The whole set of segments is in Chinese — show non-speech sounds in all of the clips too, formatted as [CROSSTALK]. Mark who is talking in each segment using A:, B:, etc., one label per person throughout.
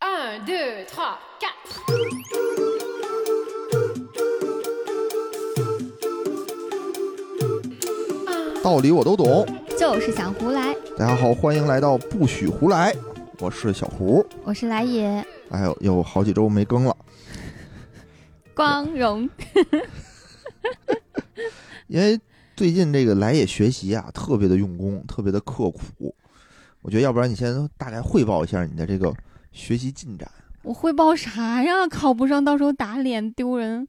A: 1, 2, 3, 4.
B: Ah,
C: 道理我都懂。
D: 嗯就是想胡来。
C: 大家好，欢迎来到不许胡来，我是小胡。
D: 我是来也，
C: 哎呦，有好几周没更了，
D: 光荣。
C: 因为最近这个来也学习啊，特别的用功，特别的刻苦。我觉得要不然你先大概汇报一下你的这个学习进
D: [LAUGHS]
C: 展。
D: 我汇报啥呀？考不上，到时候打脸丢人。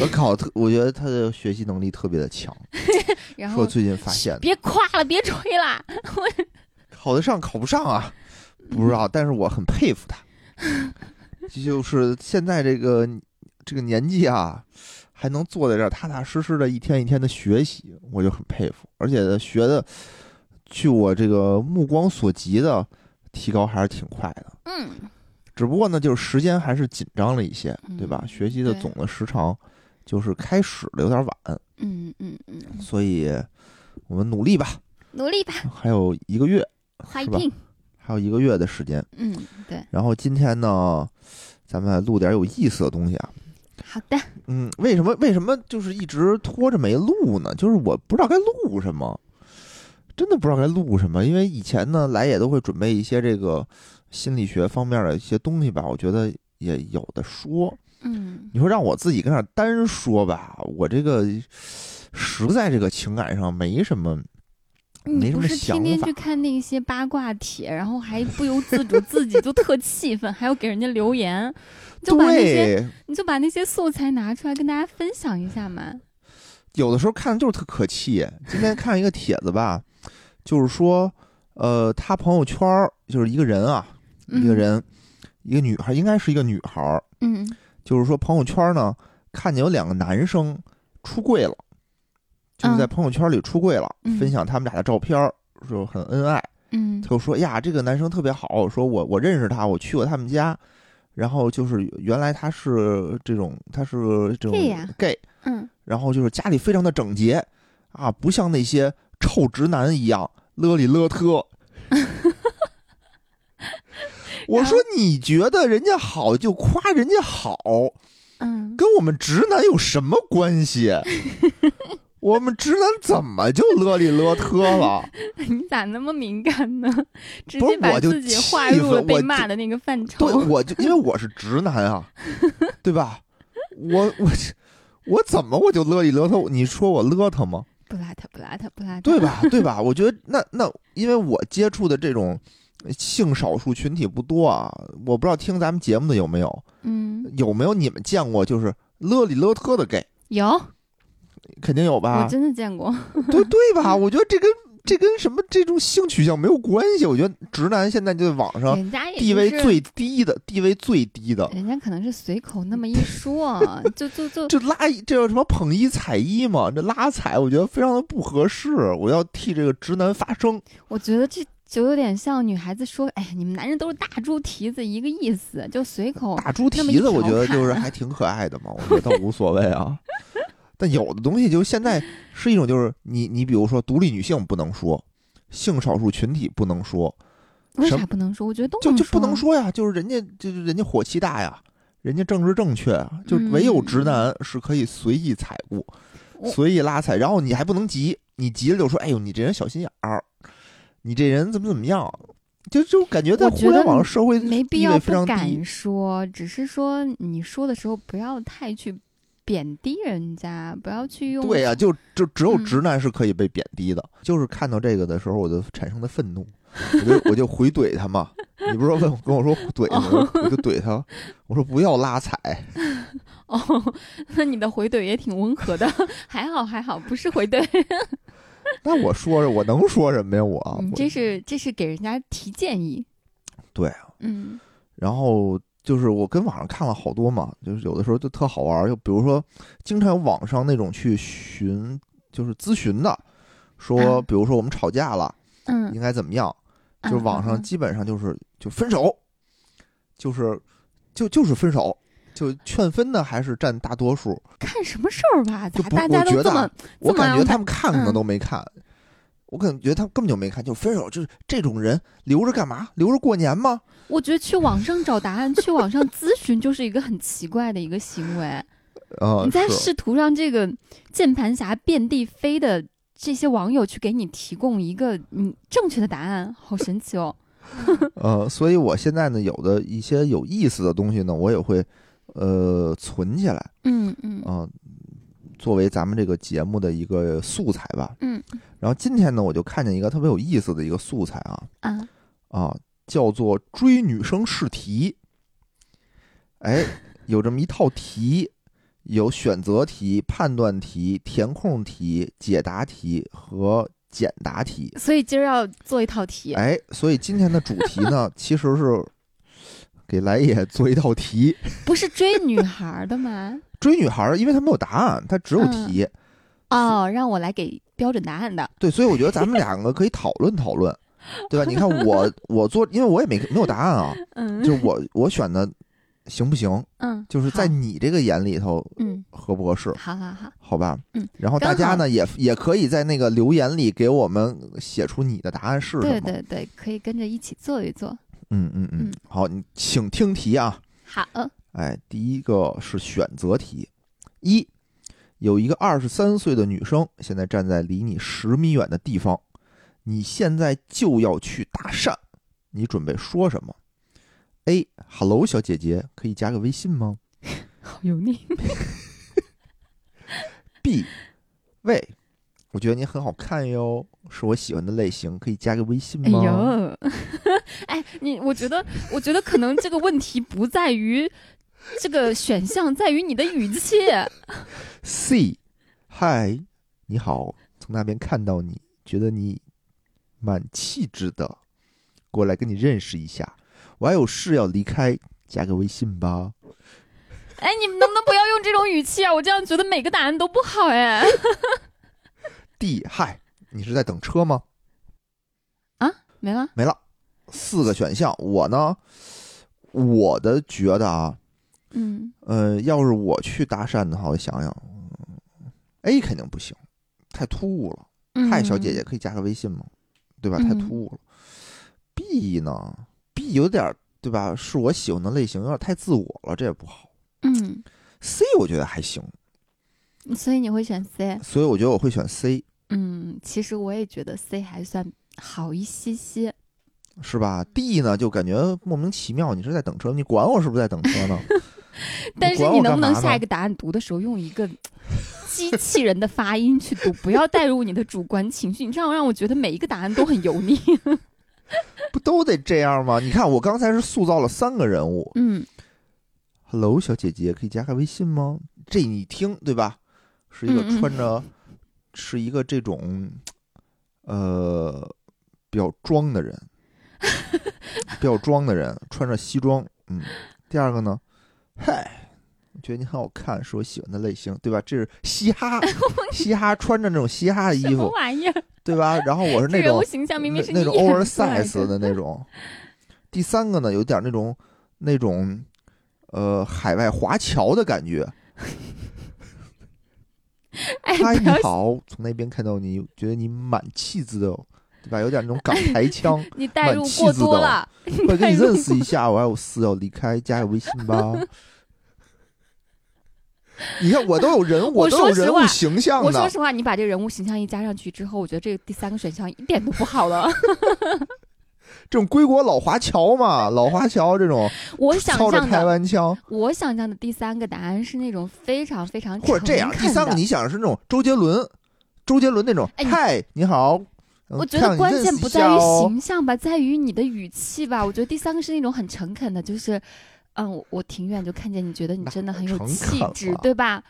C: 我靠，特我觉得他的学习能力特别的强，
D: 然
C: 是我
D: 后
C: 最近发现的。
D: 别夸了，别吹啦。
C: 考得上考不上啊，不知
D: 嗯
C: 道，但是我很佩服他， [LAUGHS] 这就是现在这个这个年纪啊，还能坐在这儿踏踏实实的一天一天的学习，我就很佩服，而且学的，据我这个目光所及的，提高还是挺快的。
D: 嗯，
C: 只不过呢，就是时间还是紧张了一些，对吧？
D: 嗯
C: 学习的
D: 对
C: 总的时长就是开始的有点晚，
D: 嗯嗯嗯，
C: 所以我们努力吧，
D: 努力吧，
C: 还有一个月，
D: 花一
C: 是吧
D: 拼。
C: 还有一个月的时间。
D: 嗯，对，
C: 然后今天呢，咱们录点有意思的东西啊。
D: 好的。
C: 嗯，为什么为什么就是一直拖着没录呢？就是我不知道该录什么，真的不知道该录什么。因为以前呢，来也都会准备一些这个心理学方面的一些东西吧，我觉得也有的说。
D: 嗯，
C: 你说让我自己跟那儿单说吧，我这个实在这个情感上没什么。没
D: 你
C: 什
D: 不
C: 么
D: 是
C: 想
D: 天天
C: 法
D: 去看那些八卦帖，然后还不由
C: [LAUGHS]
D: 自主自己就特气愤，还要给人家留言，就把那些
C: 对，
D: 你就把那些素材拿出来跟大家分享一下嘛。
C: 有的时候看就是特可气。今天看一个帖子吧， [LAUGHS] 就是说，呃，他朋友圈儿就是一个人啊，
D: 嗯
C: 一个人，一个女孩，应该是一个女孩儿，
D: 嗯，
C: 就是说朋友圈儿呢，看见有两个男生出柜了，就是
D: 嗯
C: 在朋友圈里出柜了，
D: 嗯
C: 分享他们俩的照片儿，说很恩爱。
D: 嗯
C: 他就说哎呀，这个男生特别好，说我我认识他，我去过他们家，然后就是原来他是这种，他是这种
D: gay 呀
C: gay，
D: 嗯
C: 然后就是家里非常的整洁啊，不像那些臭直男一样勒里勒特。我说你觉得人家好就夸人家好，
D: 嗯，
C: 跟我们直男有什么关系？我们直男怎么就勒里勒特了？
D: [LAUGHS] 你咋那么敏感呢？直
C: 不是
D: 接把
C: 我就
D: 自己
C: 气
D: 划
C: 愤
D: 入了
C: 我
D: 被
C: 就
D: 骂的那个范畴 [LAUGHS]
C: 对，。我就因为我是直男啊，对吧？我我我怎么我就勒里勒特？你说我勒他吗？
D: 不邋遢，不邋遢，不 [LAUGHS] 邋遢。
C: 对？吧？对吧？我觉得那那，因为我接触的这种性少数群体不多啊，我不知道听咱们节目的有没有，
D: 嗯，
C: 有没有你们见过就是勒里勒特的 gay，
D: 有，
C: 肯定有
D: 我
C: 吧？
D: 真的见过。
C: 对对吧？我觉得这跟这跟什么这种性取向没有关系。我觉得直男现在就在网上
D: 人哎家也
C: 地
D: 就
C: 位
D: 是，哎
C: 最低的，地位最低的，
D: 人家可能是随口那么一
C: [LAUGHS]
D: 说，就就就
C: 这拉一这叫什么捧一踩一嘛？这拉踩我觉得非常的不合适，我要替这个直男发声。
D: 我觉得这就有点像女孩子说：“哎，你们男人都是大猪蹄子，一个意思。”就随口，
C: 大猪蹄子，我觉得就是还挺可爱的嘛，我觉得倒无所谓
D: [LAUGHS]
C: 啊。但有的东西就现在是一种，就是你你比如说独立女性不能说，性少数群体不能说，
D: 为
C: 什
D: 啥不能说？我觉得都
C: 就就不能说
D: 说。
C: 呀，就是人家就是人家火气大呀，人家政治正确啊，就
D: 嗯
C: 唯有直男是可以随意踩过，
D: 我
C: 随意拉踩，然后你还不能急，你急了就说，哎呦你这人小心眼儿，你这人怎么怎么样，就就感觉在
D: 我觉
C: 互联
D: 得
C: 网社会
D: 没必
C: 地
D: 要
C: 位非
D: 不
C: 常低
D: 敢说，只是说你说的时候不要太去贬低人家，不要去用
C: 对啊呀、就就只有
D: 嗯
C: 直男是可以被贬低的。就是看到这个的时候，我就产生的愤怒，我就我就回怼他嘛。你不是说问跟我说怼他吗？我就我就怼他，我说不要拉踩，
D: [LAUGHS] 哦，那你的回怼也挺温和的， [LAUGHS] 还好还好，不是回怼，
C: 那我说着我能说什么呀？我
D: 你
C: 我
D: 嗯这是这是给人家提建议。
C: 对啊。
D: 嗯
C: 然后就是我跟网上看了好多嘛，就是有的时候就特好玩儿，就比如说经常有网上那种去询就是咨询的，说
D: 啊
C: 比如说我们吵架了，
D: 嗯，
C: 应该怎么样？就是网上基本上就是就分手，就是就就是分手，就劝分的还是占大多数。
D: 看什么事儿吧，
C: 就
D: 咋
C: 不
D: 大家
C: 我
D: 都
C: 觉
D: 这
C: 得
D: 么
C: 啊我
D: 这么
C: 感觉
D: 安排
C: 他们看可能
D: 嗯
C: 都没看，我可能觉得他根本就没看，就分手就是这种人留着干嘛？留着过年吗？
D: 我觉得去网上找答案、去网上咨询就是一个很奇怪的一个行为。
C: 啊、
D: 你在
C: 是
D: 试图让这个键盘侠遍地飞的这些网友去给你提供一个你正确的答案，好神奇哦！
C: 呃，所以我现在呢，有的一些有意思的东西呢，我也会呃存起来，
D: 嗯嗯
C: 嗯、作为咱们这个节目的一个素材吧。
D: 嗯
C: 然后今天呢，我就看见一个特别有意思的一个素材啊
D: 啊，
C: 啊，叫做追女生试题。哎，有这么一套题，有选择题、判断题、填空题、解答题和简答题。
D: 所以今儿要做一套题，
C: 哎，所以今天的主题呢，其实是给来也做一道题，
D: 不是追女孩儿的吗？
C: 追女孩儿，因为她没有答案，她只有题。
D: [LAUGHS] 哦，让我来给标准答案的。
C: 对，所以我觉得咱们两个可以讨论讨论，对吧？你看我我做，因为我也没没有答案啊，
D: 嗯
C: 就是我我选的行不行？
D: 嗯，
C: 就是在
D: 好
C: 你这个眼里头
D: 嗯，
C: 合不合适？
D: 好好好，
C: 好吧，
D: 嗯，
C: 然后大
D: 刚
C: 家
D: 好
C: 呢也也可以在那个留言里给我们写出你的答案是什么。
D: 对对对，可以跟着一起做一做。
C: 嗯嗯嗯
D: 嗯，
C: 好，你请听题啊。
D: 好，
C: 哎，第一个是选择题，一有一个二十三岁的女生，现在站在离你十米远的地方，你现在就要去搭讪，你准备说什么？A. Hello，小姐姐，可以加个微信吗
D: 好油腻。
C: ？B. 喂，我觉得你很好看哟，是我喜欢的类型，可以加个微信
D: 哎
C: 吗？
D: 呦， [LAUGHS] 哎，你我觉得，我觉得可能这个问题不在于这个选项，在于你的语 [LAUGHS] 气。
C: C，嗨，你好，从那边看到你，觉得你蛮气质的，过来跟你认识一下。我还有事要离开，加个微信吧。
D: 哎，你们能不能不要用这种语气啊？我这样觉得每个答案都不好哎。
C: D，嗨，你是在等车吗？
D: 没了，
C: 没了，四个选项。我呢，我的觉得啊，
D: 嗯，
C: 呃，要是我去搭讪的话，我想想嗯，A 肯定不行，太突兀了。嗨，小姐姐，可以加个微信吗？对吧？太
D: 嗯
C: 突兀了。B 呢？B 有点儿对吧？是我喜欢的类型，有点太自我了，这也不好。
D: 嗯，
C: C 我觉得还行，
D: 嗯，所以你会选 C，
C: 所以我觉得我会选 C，
D: 嗯，其实我也觉得 C 还算好一些些。
C: 是吧？D 呢就感觉莫名其妙，你是在等车，你管我是不是在等车呢？ [LAUGHS]
D: 但是
C: 管
D: 你
C: 我
D: 能
C: 干
D: 不能
C: 嘛
D: 下
C: 呢
D: 一个答案读的时候用一个机器人的发音去读，不要带入你的主观情绪，你这样让我觉得每一个答案都很油 [LAUGHS] 腻。
C: 不都得这样吗？你看我刚才是塑造了三个人物。
D: 嗯
C: Hello，小姐姐，可以加个微信吗？这你听对吧？是一个
D: 嗯嗯
C: 穿着，是一个这种，呃，比较装的人，
D: [LAUGHS]
C: 比较装的人，穿着西装。嗯，第二个呢，嗨，我觉得你很好看，是我喜欢的类型，对吧？这是嘻哈，嘻哈穿着那种嘻哈的衣
D: 什么
C: 服，
D: 玩意儿？
C: 对吧？然后我是
D: 这
C: 那
D: 人
C: 种
D: 物形象明明是
C: 那那
D: 你
C: 种
D: 演出来
C: oversize 的那种。第三个呢，有点那种那种呃海外华侨的感觉。
D: 哎，
C: 嗨，
D: 不
C: 你
D: 要，
C: 好，从那边看到你，觉得你蛮气质的、哦，对吧？有点那种港
D: [LAUGHS]
C: 台腔，
D: 你带
C: 蛮
D: 入
C: 气
D: 过
C: 质
D: 多
C: 的
D: 了。 [LAUGHS]
C: 我跟
D: 带
C: 你
D: 入
C: 认识一下，我还有事要哦离开，加个微信吧。你看，我都有人，
D: [LAUGHS] 我
C: 都
D: 说
C: 有
D: 实
C: 人物
D: 话
C: 形象
D: [LAUGHS] 我
C: 的
D: 说。实话，你把这个人物形象一加上去之后，我觉得这个第三个选项一点都不好了。 [LAUGHS]
C: 这种归国老华侨嘛，老华侨这种
D: 我想
C: 操着
D: 象
C: 台
D: 的，
C: 湾腔，
D: 我想象的第三个答案是那种非常非常
C: 或者这样，
D: 诚
C: 第
D: 恳
C: 三个
D: 的
C: 你想是那种周杰伦，周杰伦那种，
D: 哎你
C: 嗨，你好，嗯
D: 我觉
C: 看
D: 得
C: 你
D: 关
C: 认
D: 键
C: 识
D: 不
C: 一
D: 在
C: 下
D: 于
C: 哦
D: 形象吧，在于你的语气吧。我觉得第三个是那种很诚恳的，就是，嗯，我我挺远就看见你，觉得你
C: 那
D: 真的很有
C: 诚
D: 气
C: 恳
D: 质
C: 了，
D: 对吧？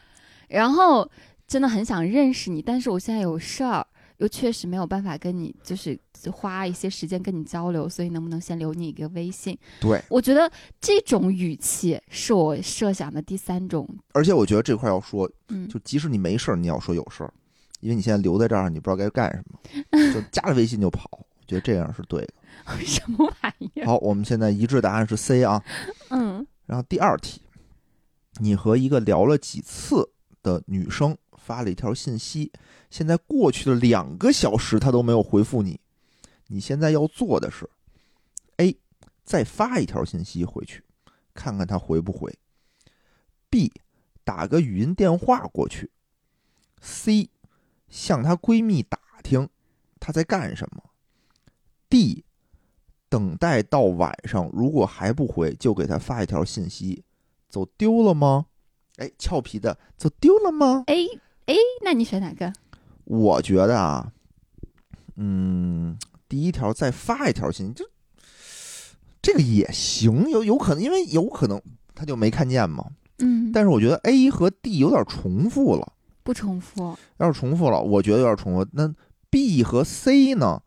D: 然后真的很想认识你，但是我现在有事儿，又确实没有办法跟你，就是花一些时间跟你交流，所以能不能先留你一个微信？
C: 对，
D: 我觉得这种语气是我设想的第三种，
C: 而且我觉得这块要说，
D: 嗯，
C: 就即使你没事儿，你要说有事儿，因为你现在留在这儿，你不知道该干什么，
D: [LAUGHS]
C: 就加了微信就跑，我觉得这样是对的。
D: [LAUGHS] 什么玩意儿？
C: 好，我们现在一致答案是 C 啊。
D: 嗯
C: 然后第二题，你和一个聊了几次的女生发了一条信息，现在过去了两个小时，他都没有回复你。你现在要做的是：A，再发一条信息回去，看看他回不回；B，打个语音电话过去；C，向她闺蜜打听她在干什么；D，等待到晚上，如果还不回，就给她发一条信息：“走丢了吗？”哎，俏皮的，走丢了吗？
D: A A，那哎你选哪个？
C: 我觉得啊，嗯，第一条再发一条信，就这个也行，有有可能，因为有可能他就没看见嘛。
D: 嗯，
C: 但是我觉得 A 和 D 有点重复了，
D: 不重复。
C: 要是重复了，我觉得有点重复。那 B 和 C 呢？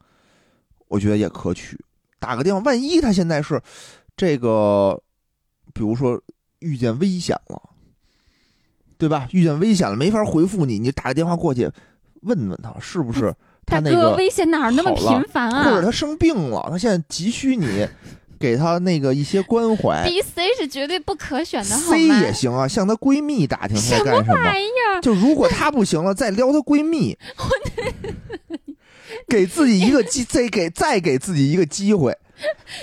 C: 我觉得也可取，打个电话，万一他现在是这个，比如说遇见危险了。对吧？遇见危险了，没法回复你，你打个电话过去问问他是不是他
D: 大
C: 那
D: 嗯哥，
C: 个，
D: 危险哪儿那么
C: 好了
D: 频繁
C: 或者
D: 啊
C: 他生病了，他现在急需你给他那个一些关怀。
D: ？B、C 是绝对不可选的，好
C: C
D: 吗？
C: 也行啊，向她闺蜜打听她在
D: 什么
C: 干什么
D: 玩。意儿？
C: 就如果她不行了，再撩她闺
D: [LAUGHS]
C: 蜜，给自己一个机，再给再给自己一个机会，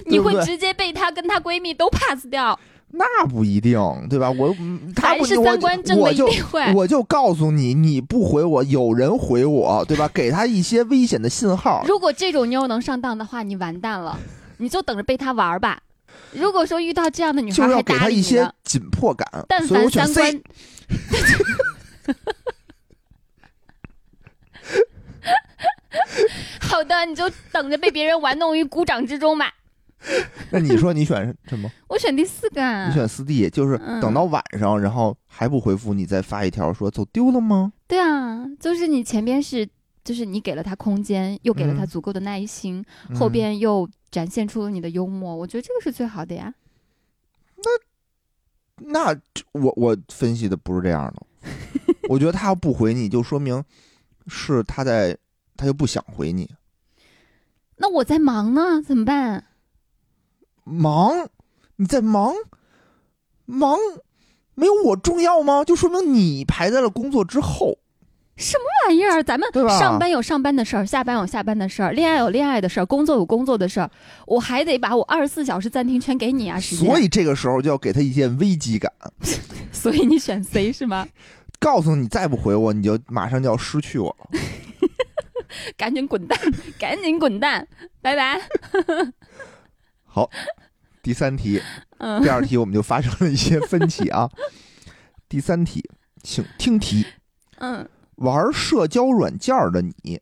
D: 你
C: 对不
D: 会
C: 对
D: 直接被她跟她闺蜜都 pass 掉，
C: 那不一定，对吧？我嗯她
D: 凡
C: 不
D: 是
C: 行，我
D: 三观
C: 就
D: 正的
C: 我
D: 一
C: 就
D: 定会。
C: 我就告诉你，你不回我，有人回我，对吧？给他一些危险的信号。
D: 如果这种妞能上当的话，你完蛋了，你就等着被她玩儿吧。如果说遇到这样的女
C: 就
D: 孩
C: 是要
D: 还
C: 给
D: 搭
C: 他
D: 理
C: 一
D: 你
C: 些
D: 呢，
C: 紧迫感，
D: 但
C: 所以我
D: 凡
C: 选
D: 三
C: C。
D: 观， [LAUGHS] 好的，你就等着被别人玩弄于股掌之中吧。
C: 那你说你选什
D: [LAUGHS]
C: 么？
D: 我选第四个啊
C: 你，选四 D，就是等到晚上，然后还不回复，你再发一条说走丢了吗？
D: 对啊，就是你前边是，就是你给了他空间，又给了他
C: 嗯
D: 足够的耐心，
C: 嗯
D: 后边又展现出了你的幽默，我觉得这个是最好的呀。
C: 那这我我分析的不是这样
D: [LAUGHS]
C: 的，我觉得他要不回你，就说明是他在他又不想回你，
D: 那我在忙呢，怎么办？
C: 忙，你在忙，忙，没有我重要吗？就说明你排在了工作之后，
D: 玩意儿，咱们
C: 对吧
D: 上班有上班的事儿，下班有下班的事儿，恋爱有恋爱的事儿，工作有工作的事儿，我还得把我二十四小时暂停权给你啊，时间。
C: 所，以这个时候就要给他一些危机感，
D: 所以你选 C 是吗？
C: 告诉你再不回我，你就马上就要失去我了。
D: 赶紧滚蛋，赶紧滚蛋，拜拜。
C: 好，第三题，
D: 嗯
C: 第二题我们就发生了一些分歧啊。第三题，请听题：
D: 嗯，
C: 玩社交软件儿的你，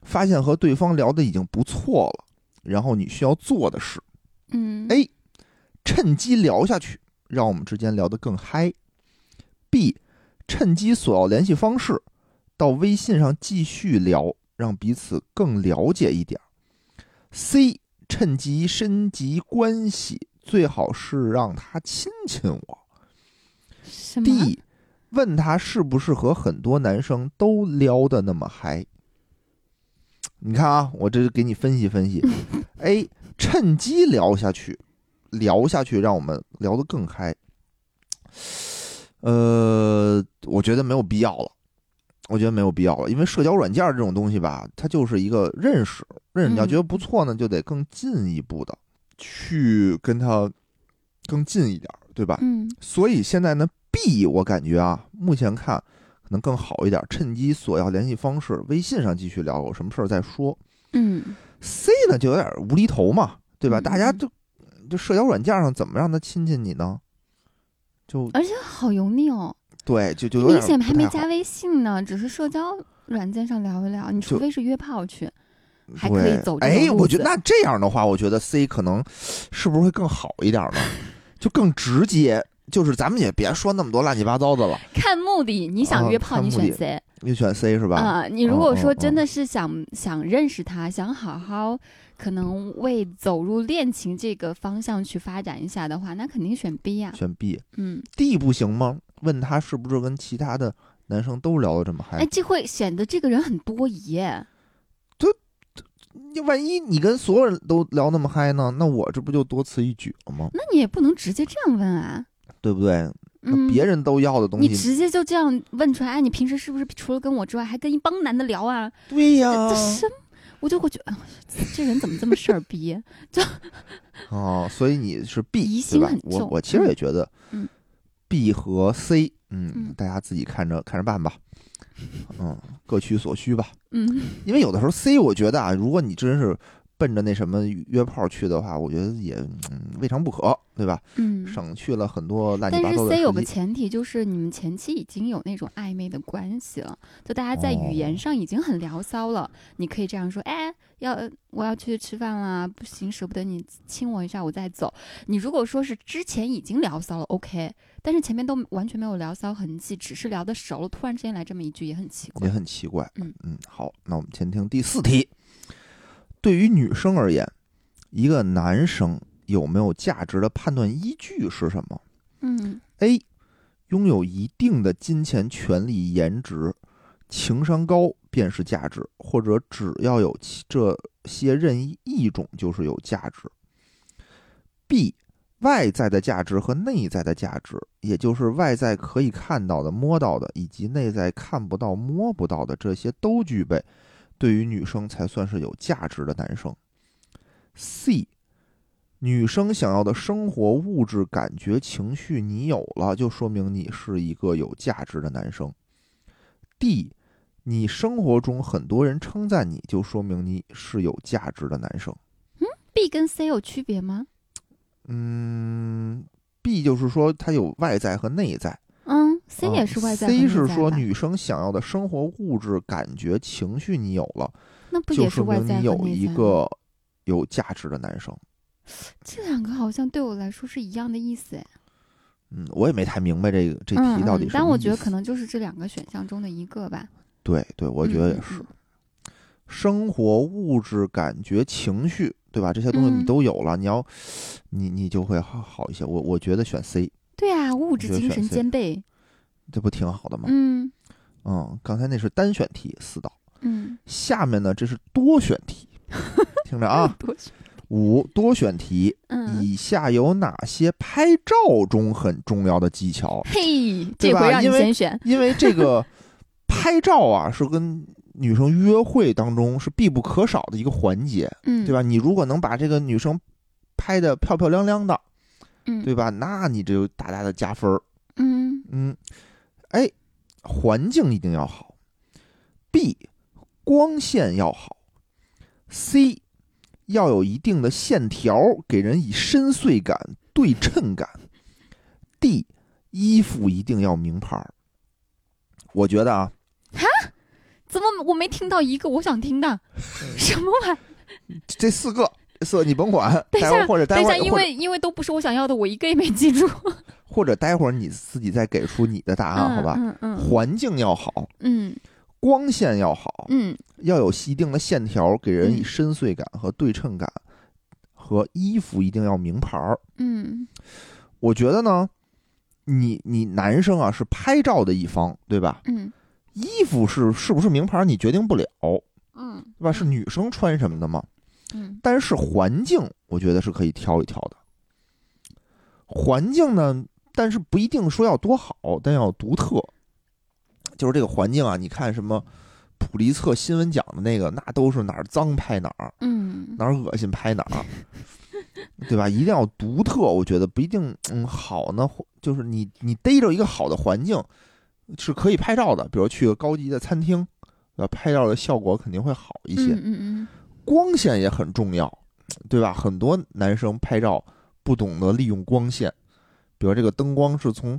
C: 发现和对方聊的已经不错了，然后你需要做的是
D: 嗯，
C: A，趁机聊下去，让我们之间聊得更嗨；B，趁机索要联系方式，到微信上继续聊，让彼此更了解一点儿；C，趁机升级关系，最好是让他亲亲我
D: 什么？
C: ；D，问他是不是和很多男生都撩得那么嗨。你看啊，我这给你分析分析
D: [LAUGHS]
C: ，A 趁机聊下去，聊下去，让我们聊得更嗨。呃，我觉得没有必要了，我觉得没有必要了，因为社交软件这种东西吧，它就是一个认识，认识你要
D: 嗯
C: 觉得不错呢，就得更进一步的去跟他更近一点儿，对吧？
D: 嗯，
C: 所以现在呢，B 我感觉啊，目前看可能更好一点，趁机索要联系方式，微信上继续聊，有什么事儿再说。
D: 嗯，
C: C 呢就有点无厘头嘛，对吧？
D: 嗯
C: 大家就就社交软件上怎么让他亲近你呢？就
D: 而且好油腻哦，
C: 对，就就有点
D: 明显还
C: 不太
D: 没
C: 好
D: 加微信呢，只是社交软件上聊一聊，你除
C: 就
D: 非是约炮去，还
C: 对
D: 可以走这种
C: 哎，
D: 路
C: 我觉得
D: 子
C: 那这样的话，我觉得 C 可能是不是会更好一点
D: [LAUGHS]
C: 呢？就更直接，就是咱们也别说那么多乱七八糟的了，
D: 看目的，你想
C: 啊
D: 约炮
C: 看目
D: 你选
C: 的
D: C
C: 你选 C 是吧？
D: 啊、你如
C: 嗯
D: 果
C: 嗯
D: 说
C: 嗯
D: 真的是想、想认识他，想好好可能为走入恋情这个方向去发展一下的话，那肯定选 B 呀、
C: 选 B。
D: 嗯，
C: D 不行吗？问他是不是跟其他的男生都聊得这么嗨？
D: 哎，这会显得这个人很多疑哎。
C: 你万一你跟所有人都聊那么嗨呢？那我这不就多此一举了吗？
D: 那你也不能直接这样问啊。
C: 对不对？那
D: 嗯，
C: 别人都要的东
D: 你
C: 西，
D: 直接就这样问出来，哎，你平时是不是除了跟我之外还跟一帮男的聊啊？
C: 对呀、
D: 这什么？我就会觉得，哎呦这人怎么这么事儿逼？啊
C: 哦，所以你是 B
D: 疑
C: 对
D: 心
C: 吧
D: 很？
C: 我
D: 重
C: 我其实
D: 嗯
C: 也觉得，
D: 嗯
C: b 和 C，嗯，
D: 嗯
C: 大家自己看着看着办吧，嗯，各取所需吧。
D: 嗯， [LAUGHS]
C: 因为有的时候 C，我觉得啊，如果你真是奔着那什么约炮去的话，我觉得也、嗯、未尝不可，对吧？
D: 嗯，
C: 省去了很多乱七
D: 但
C: 八
D: 是
C: 糟的
D: C 有个
C: 痕迹。
D: 前提，就是你们前期已经有那种暧昧的关系了，就大家在
C: 哦
D: 语言上已经很聊骚了。你可以这样说：“哎，要我要去吃饭啦，不行，舍不得你亲我一下，我再走。”你如果说是之前已经聊骚了，OK，但是前面都完全没有聊骚痕迹，只是聊得熟了，突然之间来这么一句也很奇
C: 也
D: 怪。
C: 很奇怪，
D: 嗯
C: 好，那我们先听第四题。对于女生而言，一个男生有没有价值的判断依据是什么？
D: 嗯
C: A 拥有一定的金钱、权利、颜值、情商高便是价值，或者只要有其这些任意一种就是有价值。B 外在的价值和内在的价值，也就是外在可以看到的、摸到的，以及内在看不到、摸不到的，这些都具备，对于女生才算是有价值的男生。C 女生想要的生活、物质、感觉、情绪，你有了，就说明你是一个有价值的男生。D，你生活中很多人称赞你，就说明你是有价值的男生。
D: ，B 跟 C 有区别吗？
C: 嗯，B 就是说它有外在和内在。
D: 嗯，C
C: 啊
D: 也是外在、
C: C 是说，女生想要的生活、物质、感觉、情绪，你有了，
D: 那不
C: 就
D: 也是
C: 说
D: 外
C: 明
D: 在
C: 你
D: 和
C: 有
D: 内
C: 一
D: 在吗
C: 个有价值的男生。
D: 这两个好像对我来说是一样的意思哎。
C: 嗯，我也没太明白这个这
D: 嗯
C: 题到
D: 嗯
C: 底是什么意思、
D: 但我觉得可能就是这两个选项中的一个吧。
C: 对对，我觉得也
D: 嗯
C: 是。生活、物质、感觉、情绪，对吧？这些东西你
D: 嗯
C: 都有了，你要，你你就会好好一些。我我觉得选 C，
D: 对啊，物质
C: 觉得
D: 精
C: 选
D: 神
C: C
D: 兼备。
C: 这不挺好的吗？
D: 嗯
C: 嗯，刚才那是单选题四道，
D: 嗯
C: 下面呢这是多选题，听着啊，，
D: [LAUGHS] 多选
C: 五多选题，
D: 嗯，
C: 以下有哪些拍照中很重要的技巧？
D: 嘿，
C: 对
D: 这
C: 吧
D: 回让你
C: 因为
D: 先选。
C: 因为这
D: [LAUGHS]
C: 个拍照啊，是跟女生约会当中是必不可少的一个环节。
D: 嗯，
C: 对吧？你如果能把这个女生拍的漂漂亮亮的，
D: 嗯？嗯，
C: 对吧？那你就大大的加分儿。
D: 嗯
C: 嗯，哎，环境一定要好，B 光线要好，C 要有一定的线条，给人以深邃感、对称感，D 衣服一定要名牌儿。我觉得啊，
D: 怎么我没听到一个我想听的？
C: 嗯
D: 什么玩意？
C: 这四个。这四个你甭管，
D: 等一
C: 待会儿
D: 下
C: 或者待
D: 等
C: 会儿，
D: 一下，因
C: 或者
D: 为因为都不是我想要的，我一个也没记住。
C: 或者待会儿你自己再给出你的答案，
D: 嗯
C: 啊好吧？
D: 嗯嗯
C: 环境要好，
D: 嗯
C: 光线要好，
D: 嗯
C: 要有一定的线条，给人以
D: 嗯
C: 深邃感和对称感，和衣服一定要名牌儿。
D: 嗯
C: 我觉得呢，你你男生啊是拍照的一方，对吧？
D: 嗯
C: 衣服是是不是名牌儿你决定不了，
D: 嗯，
C: 对吧？是女生穿什么的嘛？
D: 嗯
C: 但是环境我觉得是可以挑一挑的。环境呢，但是不一定说要多好，但要独特。就是这个环境啊，你看什么普利策新闻奖的那个，那都是哪儿脏拍哪儿，
D: 嗯
C: 哪儿恶心拍哪儿，对吧？一定要独特，我觉得不一定嗯好呢，或就是你你逮着一个好的环境是可以拍照的，比如去个高级的餐厅，呃，拍照的效果肯定会好一些。
D: 嗯嗯
C: 光线也很重要，对吧？很多男生拍照不懂得利用光线，比如这个灯光是从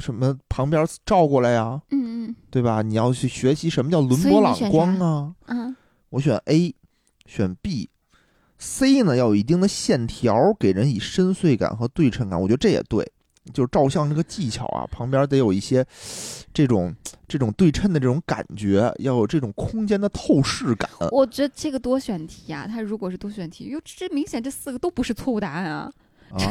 C: 什么旁边照过来呀、
D: 嗯嗯
C: 对吧？你要去学习什么叫伦
D: 所以
C: 勃
D: 你
C: 朗
D: 选
C: 光
D: 啥
C: 啊。
D: 嗯
C: 我选 A，选 B。C 呢要有一定的线条，给人以深邃感和对称感，我觉得这也对。就是照相这个技巧啊，旁边得有一些这种这种对称的这种感觉，要有这种空间的透视感。啊
D: [LAUGHS] 我觉得这个多选题啊，它如果是多选题，哟，这明显这四个都不是错误答案啊。 [LAUGHS]
C: 啊，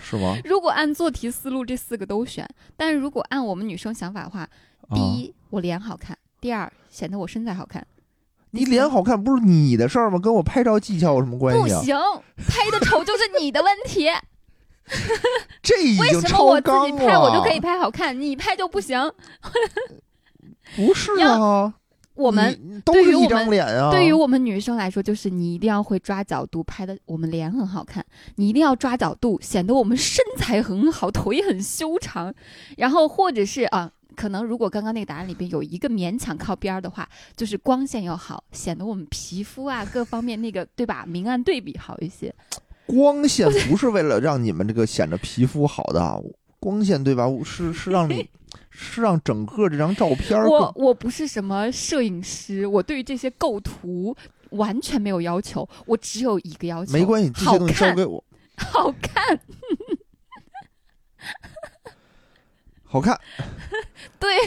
C: 是吗？
D: 如果按做题思路，这四个都选，但是如果按我们女生想法的话，
C: 啊
D: 第一，我脸好看；第二，显得我身材好看。
C: 你脸好看不是你的事儿吗？跟我拍照技巧有什么关
D: 不
C: 系啊？
D: 行，拍的丑就是你的问题。
C: 这已
D: 为
C: 经
D: 什么
C: 超
D: 我自
C: 纲
D: 己
C: 了。
D: 拍我就可以拍好看，你拍就不行？
C: 不是啊，
D: 我们
C: 你都
D: 对于
C: 是一
D: 我
C: 张
D: 们
C: 脸啊。
D: 对于我们女生来说，就是你一定要会抓角度，拍的我们脸很好看，你一定要抓角度，显得我们身材很好，腿很修长。然后或者是啊，可能如果刚刚那个答案里边有一个勉强靠边儿的话，就是光线要好，显得我们皮肤啊各方面那个对吧，明暗对比好一些。
C: 光线不是为了让你们这个显得皮肤好的，啊光线对吧？是是让
D: [LAUGHS]
C: 你是让整个这张照片儿
D: 我
C: 更
D: 我不是什么摄影师，我对于这些构图完全没有要求，我只有一个要求，
C: 没关系，这些
D: 好
C: 东西交
D: 看，
C: 给我， [LAUGHS]
D: 好看，
C: 好看。
D: [LAUGHS] 对。
C: [LAUGHS]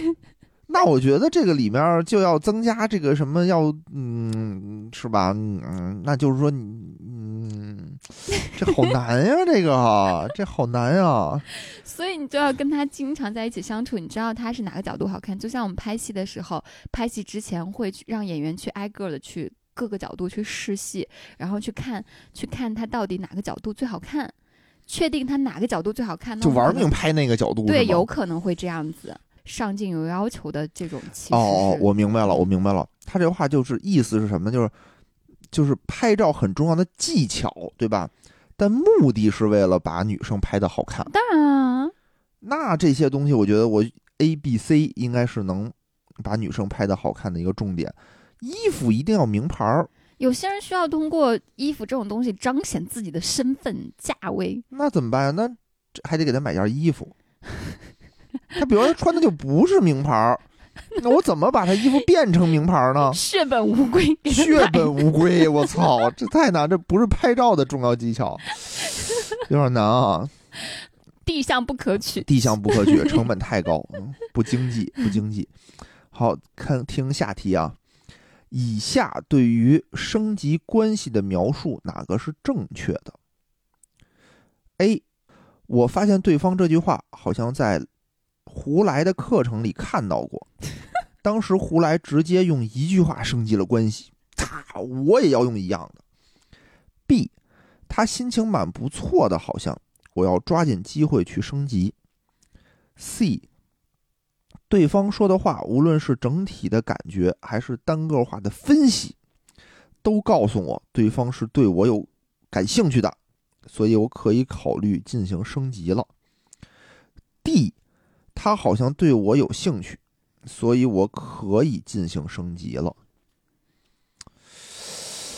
C: 那我觉得这个里面儿就要增加这个什么要嗯是吧嗯那就是说你嗯这
D: [LAUGHS]
C: 好难呀、这个这好难呀、
D: 所以你就要跟他经常在一起相处，你知道他是哪个角度好看。就像我们拍戏的时候，拍戏之前会去让演员去挨个的去各个角度去试戏，然后去看去看他到底哪个角度最好看，确定他哪个角度最好看，那
C: 就
D: 我们
C: 玩
D: 可
C: 命
D: 能
C: 拍那个角度
D: 对，
C: 是吗哦
D: 有可能会这样子。上镜有要求的这种其实
C: 哦哦，
D: 是
C: 我明白了，我明白了，他这话就是意思是什么呢？就是就是拍照很重要的技巧，对吧？但目的是为了把女生拍的好看，
D: 当然啊，
C: 那这些东西，我觉得我 A、B、C 应该是能把女生拍的好看的一个重点。衣服一定要名牌儿，
D: 有些人需要通过衣服这种东西彰显自己的身份价位。？
C: 那怎么办呀？那这还得给她买件衣服。她比如说她穿的就不是名牌儿，那我怎么把她衣服变成名牌儿呢
D: 血本无归，给他
C: 血
D: 买
C: 本无归！我操，这太难，这不是拍照的重要技巧，有点难啊。
D: 地向不可取。
C: 地向不可取，成本太高，嗯不经济，不经济。好看，听下题啊。以下对于升级关系的描述，哪个是正确的？A，我发现对方这句话好像在胡来的课程里看到过，当时胡来直接用一句话升级了关系，他我也要用一样的。B，他心情蛮不错的，好像我要抓紧机会去升级。C，对方说的话，无论是整体的感觉还是单个话的分析，都告诉我对方是对我有感兴趣的，所以我可以考虑进行升级了。D，他好像对我有兴趣，所以我可以进行升级了。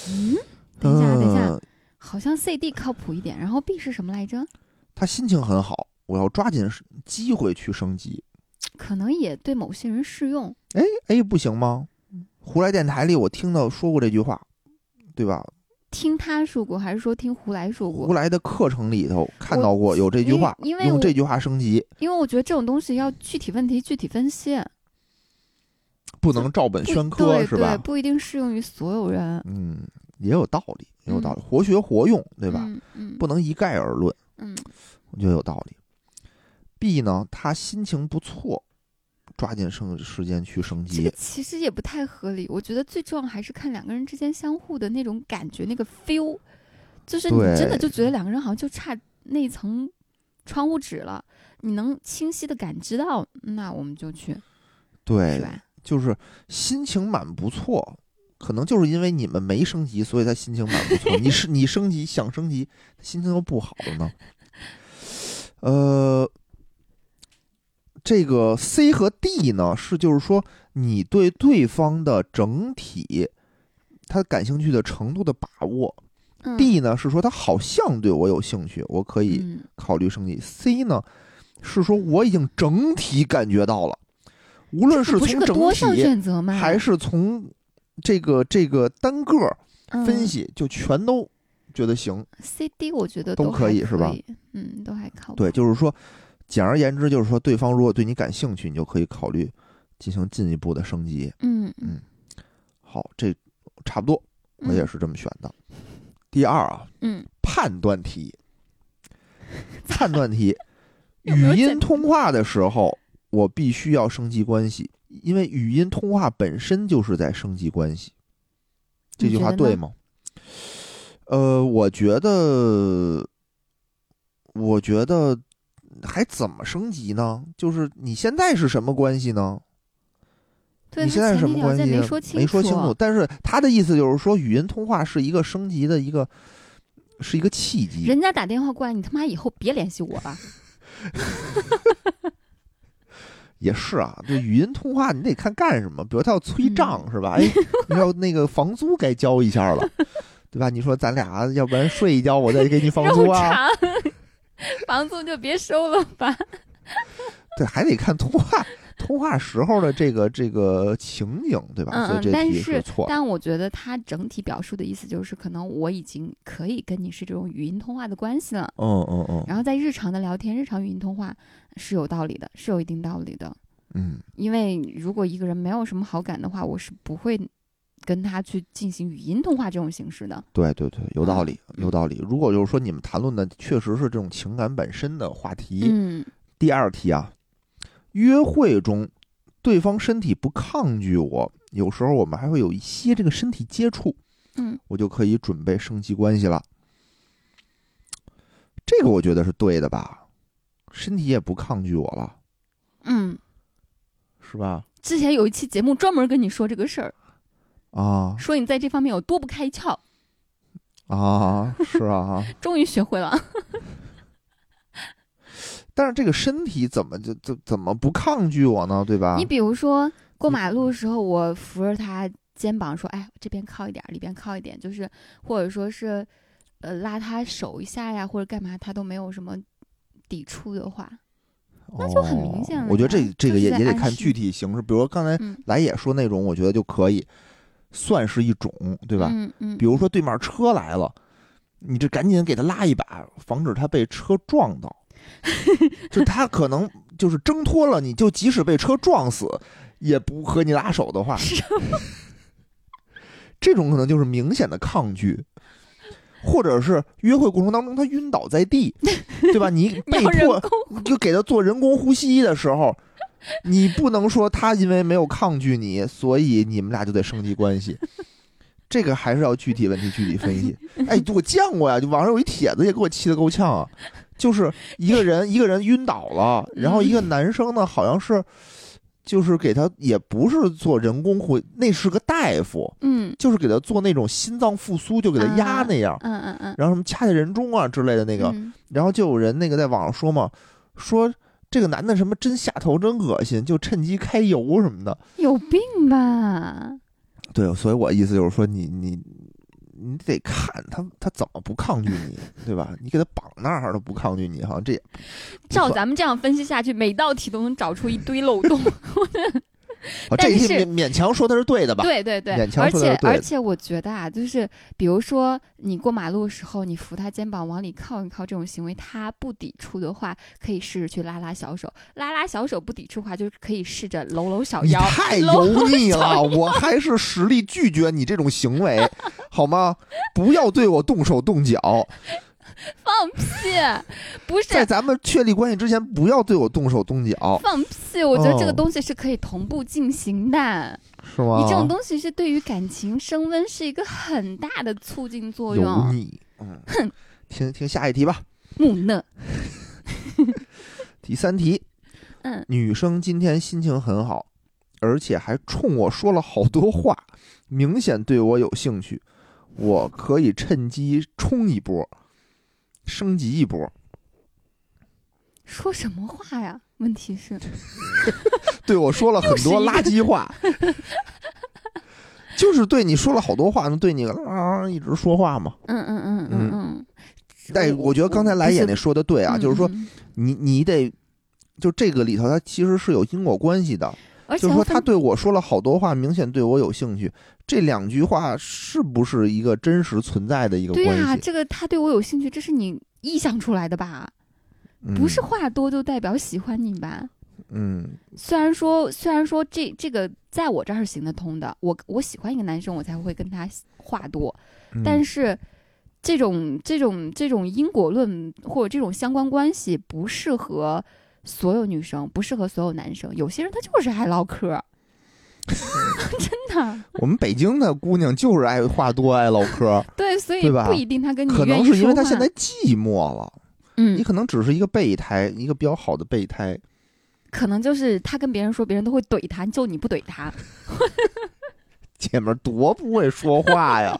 D: 嗯，等一下，等一下，
C: 嗯
D: 好像 C D 靠谱一点，然后 B 是什么来着？
C: 他心情很好，我要抓紧机会去升级。
D: 可能也对某些人适用。
C: 哎
D: 嗯
C: 哎，不行吗？胡来电台里我听到说过这句话，对吧？
D: 听他说过，还是说听胡来说
C: 胡
D: 过？
C: 来的课程里头看到过有这句话，
D: 因为因为
C: 用
D: 我
C: 这句话升级，
D: 因为我觉得这种东西要具体问题具体分析，
C: 不能照本
D: 不
C: 宣科
D: 对
C: 是
D: 对
C: 吧？
D: 不一定适用于所有人，
C: 嗯，也有道理，也有道理，活学活用，对吧？
D: 嗯嗯，
C: 不能一概而论，
D: 嗯，
C: 我觉得有道理。B 呢，他心情不错，抓紧升时间去升
D: 这个
C: 级。
D: 其实也不太合理。我觉得最重要还是看两个人之间相互的那种感觉，那个 feel，就是你
C: 对
D: 真的就觉得两个人好像就差那一层窗户纸了，你能清晰的感知到，那我们就去，是
C: 对，
D: 吧？
C: 就是心情蛮不错，可能就是因为你们没升级，所以他心情蛮不错。你是你升级想升级，他心情又不好了呢。呃，这个 C 和 D 呢，是就是说你对对方的整体他感兴趣的程度的把握。
D: 嗯
C: D 呢是说他好像对我有兴趣，我可以
D: 嗯
C: 考虑升级。C 呢，是说我已经整体感觉到了，无论
D: 这不是
C: 从
D: 个
C: 整
D: 多项
C: 体
D: 选择吗？
C: 还是从这个这个单个儿分
D: 嗯、
C: 析，就全都觉得行。
D: CD，我觉得
C: 都
D: 还
C: 可
D: 可
C: 以是吧
D: 嗯，都还靠谱。
C: 对，就是说，简而言之，就是说，对方如果对你感兴趣，你就可以考虑进行进一步的升级。
D: 嗯
C: 嗯好，这差不多，我也
D: 嗯
C: 是这么选的。第二啊，
D: 嗯，
C: 判断题。 [LAUGHS] 判断题，
D: [LAUGHS] 有没有
C: 语音
D: 简单
C: 通话的时候，我必须要升级关系，因为语音通话本身就是在升级关系。这
D: 你
C: 句
D: 觉
C: 话
D: 得
C: 对
D: 呢
C: 吗？呃，我觉得，我觉得还怎么升级呢？就是你现在是什么关系呢？
D: 对，
C: 你
D: 他
C: 现在是
D: 前
C: 什
D: 提
C: 么
D: 条
C: 关系？
D: 件
C: 没
D: 说清
C: 说清楚。但是他的意思就是说，语音通话是一个升级的一个，是一个契机。
D: 人家打电话过来，你他妈以后别联系我吧。
C: 也是啊，这语音通话你得看干什么，比如他要催账、
D: 嗯
C: 是吧？哎，
D: [LAUGHS]
C: 你要那个房租该交一下了，对吧？你说咱俩要不然睡一觉，我再给你
D: [LAUGHS]
C: 房租
D: 肉
C: 啊？
D: 肠， [LAUGHS] 房租就别收了吧。
C: 对，还得看通话通话时候的这个这个情景，对吧？
D: 嗯
C: 所以
D: 嗯
C: 这
D: 但
C: 题
D: 是
C: 错。
D: 但我觉得他整体表述的意思就是，可能我已经可以跟你是这种语音通话的关系了。
C: 嗯嗯嗯
D: 然后在日常的聊天、日常语音通话是有道理的，是有一定道理的。
C: 嗯，
D: 因为如果一个人没有什么好感的话，我是不会跟他去进行语音通话这种形式的。
C: 对对对，有道理，
D: 嗯
C: 有道理。如果就是说你们谈论的确实是这种情感本身的话题，
D: 嗯，
C: 第二题啊，约会中对方身体不抗拒我，有时候我们还会有一些这个身体接触，
D: 嗯，
C: 我就可以准备升级关系了。这个我觉得是对的吧？身体也不抗拒我了，
D: 嗯，
C: 是吧？
D: 之前有一期节目专门跟你说这个事儿，
C: 啊
D: 说你在这方面有多不开窍，
C: 啊，是啊，
D: 终于学会了。
C: 但是这个身体怎么就就怎么不抗拒我呢？对吧
D: 你？比如说过
C: 啊你
D: 马路的时候，我扶着他肩膀说：“哎，这边靠一点儿，里边靠一点。”就是或者说是呃拉他手一下呀，或者干嘛，他都没有什么抵触的话，
C: 那
D: 就很明显了
C: 哦我觉得
D: 呀
C: 这这
D: 就
C: 个
D: 是
C: 也
D: 在
C: 也得
D: 暗
C: 看
D: 示
C: 具体形式，比如说刚才
D: 嗯，
C: 来也说那种，我觉得就可以算是一种，对
D: 对
C: 吧？
D: 嗯嗯，
C: 比如说对面车来了，你这赶紧给他拉一把，防止他被车撞到。就他可能就是挣脱了，你就即使被车撞死，也不和你拉手的话，
D: 是
C: 这种可能就是明显的抗拒，或者是约会过程当中他晕倒在
D: [LAUGHS]
C: 地，对吧？你被
D: 要人
C: 迫
D: 工
C: 你就给他做人工呼吸的时候，你不能说他因为没有抗拒你，所以你们俩就得升级关系。这个还是要具体问题具体分析。
D: [LAUGHS]
C: 哎，我见过呀，就网上有一帖子也给我气得够呛啊，就是一个人一个人晕倒了，然后一
D: 嗯
C: 个男生呢好像是，就是给他也不是做人工呼，那是个大夫，
D: 嗯
C: 就是给他做那种心脏复苏，就给他压
D: 啊
C: 那样，
D: 嗯嗯嗯，
C: 然后什么掐掐人中啊之类的那个，
D: 嗯
C: 然后就有人那个在网上说嘛，说这个男的什么真下头，真恶心，就趁机开油什么的。
D: 有病吧？
C: 对，所以我意思就是说你，你你得看他他怎么不抗拒你，对吧？你给他绑那儿都不抗拒你，好像这也不
D: 照
C: 算
D: 咱们这样分析下去，每道题都能找出一堆漏
C: [LAUGHS]
D: 洞。
C: 啊这
D: 但
C: 一题
D: 是
C: 勉勉强说他是对的吧？
D: 对对对，
C: 勉强
D: 而
C: 说的
D: 且
C: 是对
D: 而
C: 的
D: 且我觉得啊，就是比如说你过马路的时候，你扶他肩膀往里靠一靠这种行为，他不抵触的话，可以试着去拉拉小手，拉拉小手不抵触的话，就是可以试着搂搂小
C: 你
D: 腰。
C: 太
D: 搂
C: 油腻了，我还是实力拒绝你这种行为，好吗？不要对我动手动脚，
D: 放屁，不
C: 在
D: 是。
C: 咱们确立关系之前，不要对我动手动脚，
D: 放屁！我觉得这个
C: 哦
D: 东西是可以同步进行的。
C: 是吗？
D: 你这种东西是对于感情升温是一个很大的促进作
C: 油
D: 用。
C: 腻。嗯，听听下一题吧。
D: 木讷，
C: 第三题，
D: 嗯，
C: 女生今天心情很好，而且还冲我说了好多话， [LAUGHS] 明显对我有兴趣，我可以趁机冲一波，升级一波。
D: 说什么话呀？问题是，
C: 对我说了很多垃圾
D: [LAUGHS]
C: 话，就是对你说了好多话，能对你啊一直说话嘛。
D: 嗯嗯嗯嗯嗯。
C: 但我觉得刚才来也那说的对
D: 对
C: 啊，就是说
D: 嗯
C: 你你得。就这个里头，它其实是有因果关系的。
D: 而且
C: 就是
D: 要
C: 说，
D: 分
C: 他对我说了好多话，明显对我有兴趣。这两句话是不是一个真实存在的一个
D: 对啊呀、
C: 关系？
D: 这个他对我有兴趣，这是你臆想出来的吧？
C: 嗯
D: 不是话多就代表喜欢你吧？
C: 嗯，
D: 虽然说，虽然说这这个在我这儿是行得通的，我我喜欢一个男生，我才会跟他话多，
C: 嗯
D: 但是。这种这种这种因果论或者这种相关关系不适合所有女生，不适合所有男生。有些人他就是爱唠嗑儿， [LAUGHS]
C: 嗯
D: 真的。
C: 我们北京的姑娘就是爱话多，爱唠嗑，
D: 对，所以
C: 对吧
D: [LAUGHS] 不一定他跟你
C: 可
D: 愿
C: 能
D: 意
C: 是因为
D: 说
C: 她现
D: 话
C: 在寂寞了，
D: 嗯
C: 你，可能只是一个备胎，一个比较好的备胎，
D: 可能就是他跟别人说，别人都会怼他，就你不怼他。
C: 姐们儿多不会说话呀！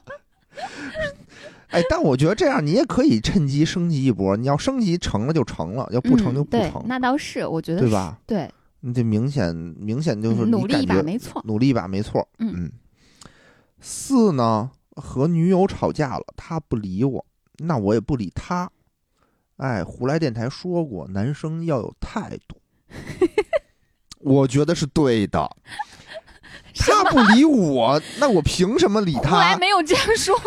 C: [LAUGHS] 哎，但我觉得这样你也可以趁机升级一波，你要升级成了就成了，要不成就
D: 嗯
C: 不成
D: 对，，那倒是，我觉得
C: 对
D: 是
C: 吧？
D: 对，
C: 你这明显明显就是
D: 嗯
C: 你
D: 努力
C: 感
D: 一把
C: 觉
D: 没错。
C: 努力一把没错，
D: 嗯
C: 四呢，和女友吵架了，他不理我，那我也不理他。哎，胡来电台说过，男生要有态
D: [LAUGHS]
C: 度，我觉得是对的。他不理我，那我凭什么理
D: 后来
C: 他？
D: 没有这样说，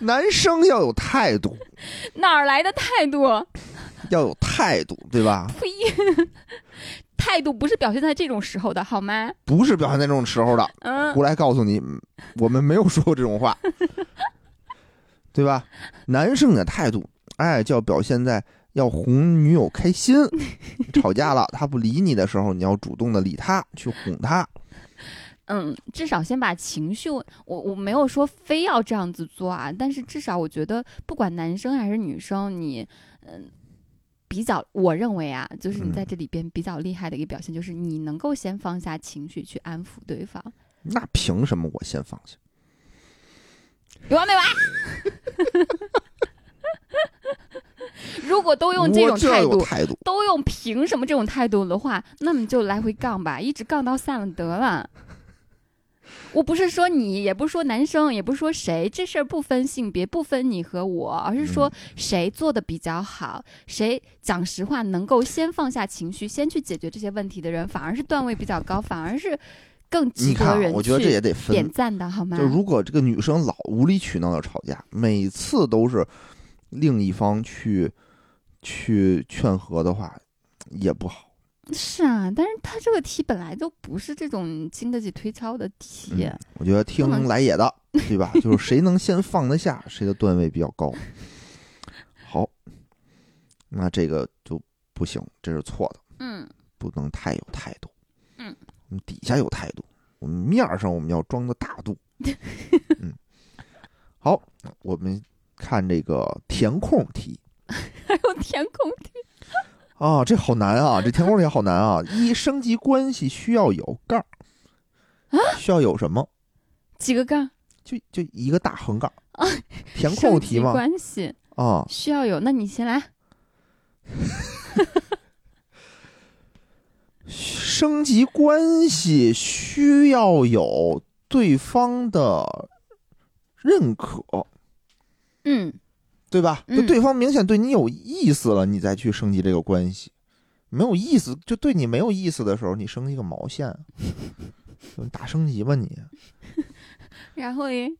C: 男生要有态度，
D: 哪儿来的态度？ [LAUGHS]
C: 要有态度，对吧？
D: 呸！态度不是表现在这种时候的好吗？
C: 不是表现在这种时候的。
D: 嗯 [LAUGHS]
C: 胡来告诉你，嗯我们没有说过这种话，对吧？男生的态度，哎，就要表现在要哄女友开
D: [LAUGHS]
C: 心。吵架了，他不理你的时候，你要主动的理他，去哄他。
D: 嗯，至少先把情绪，我我没有说非要这样子做啊，但是至少我觉得，不管男生还是女生，你嗯。比较，我认为啊，就是你
C: 嗯
D: 在这里边比较厉害的一个表现，就是你能够先放下情绪去安抚对方，
C: 那凭什么我先放下？
D: 有啊完没完？ [LAUGHS] 如果都用这
C: 我
D: 种
C: 就要
D: 态
C: 有
D: 度，
C: 态度，
D: 都用凭什么这种态度的话，那么就来回杠吧，一直杠到散了得了。我不是说你，也不是说男生，也不是说谁，这事儿不分性别，不分你和我，而是说
C: 嗯
D: 谁做的比较好，谁讲实话能够先放下情绪，先去解决这些问题的人，反而是段位比较高，反而是更值
C: 你看
D: 得
C: 啊，
D: 人
C: 我觉得这
D: 去
C: 也得
D: 点
C: 分。
D: 赞的，好吗
C: 就？如果这个女生老无理取闹的吵架，每次都是另一方去去劝和的话，也不好。
D: 是啊，但是他这个题本来就不是这种经得起推敲的题。
C: 嗯我觉得
D: 不能
C: 听来也
D: [LAUGHS]
C: 的，对吧？就是谁能先放得下，谁的段位比较
D: [LAUGHS]
C: 高。好，那这个就不行，这是错的，
D: 嗯
C: 不能太有态度。
D: 嗯，
C: 我们底下有态度，我们面儿上我们要装的大
D: [LAUGHS]
C: 度。嗯，好，我们看这个填空题
D: 还有填空题。
C: 啊，这好难啊，这填空题好难啊。一升级关系需要有杠儿，
D: 啊
C: 需要有什么？
D: 几个杠？
C: 就就一个大
D: [LAUGHS]
C: 横杠
D: 啊，
C: 填空题
D: 升级
C: 嘛，
D: 关系
C: 啊，
D: 需要有，那你先来。
C: 升级关系需要有对方的认可，
D: 嗯，
C: 对吧？
D: 嗯
C: 就对方明显对你有意思了，你再去升级这个关系，没有意思，就对你没有意思的时候，你升级个毛线啊，就大升级吧你，
D: 然后嘞，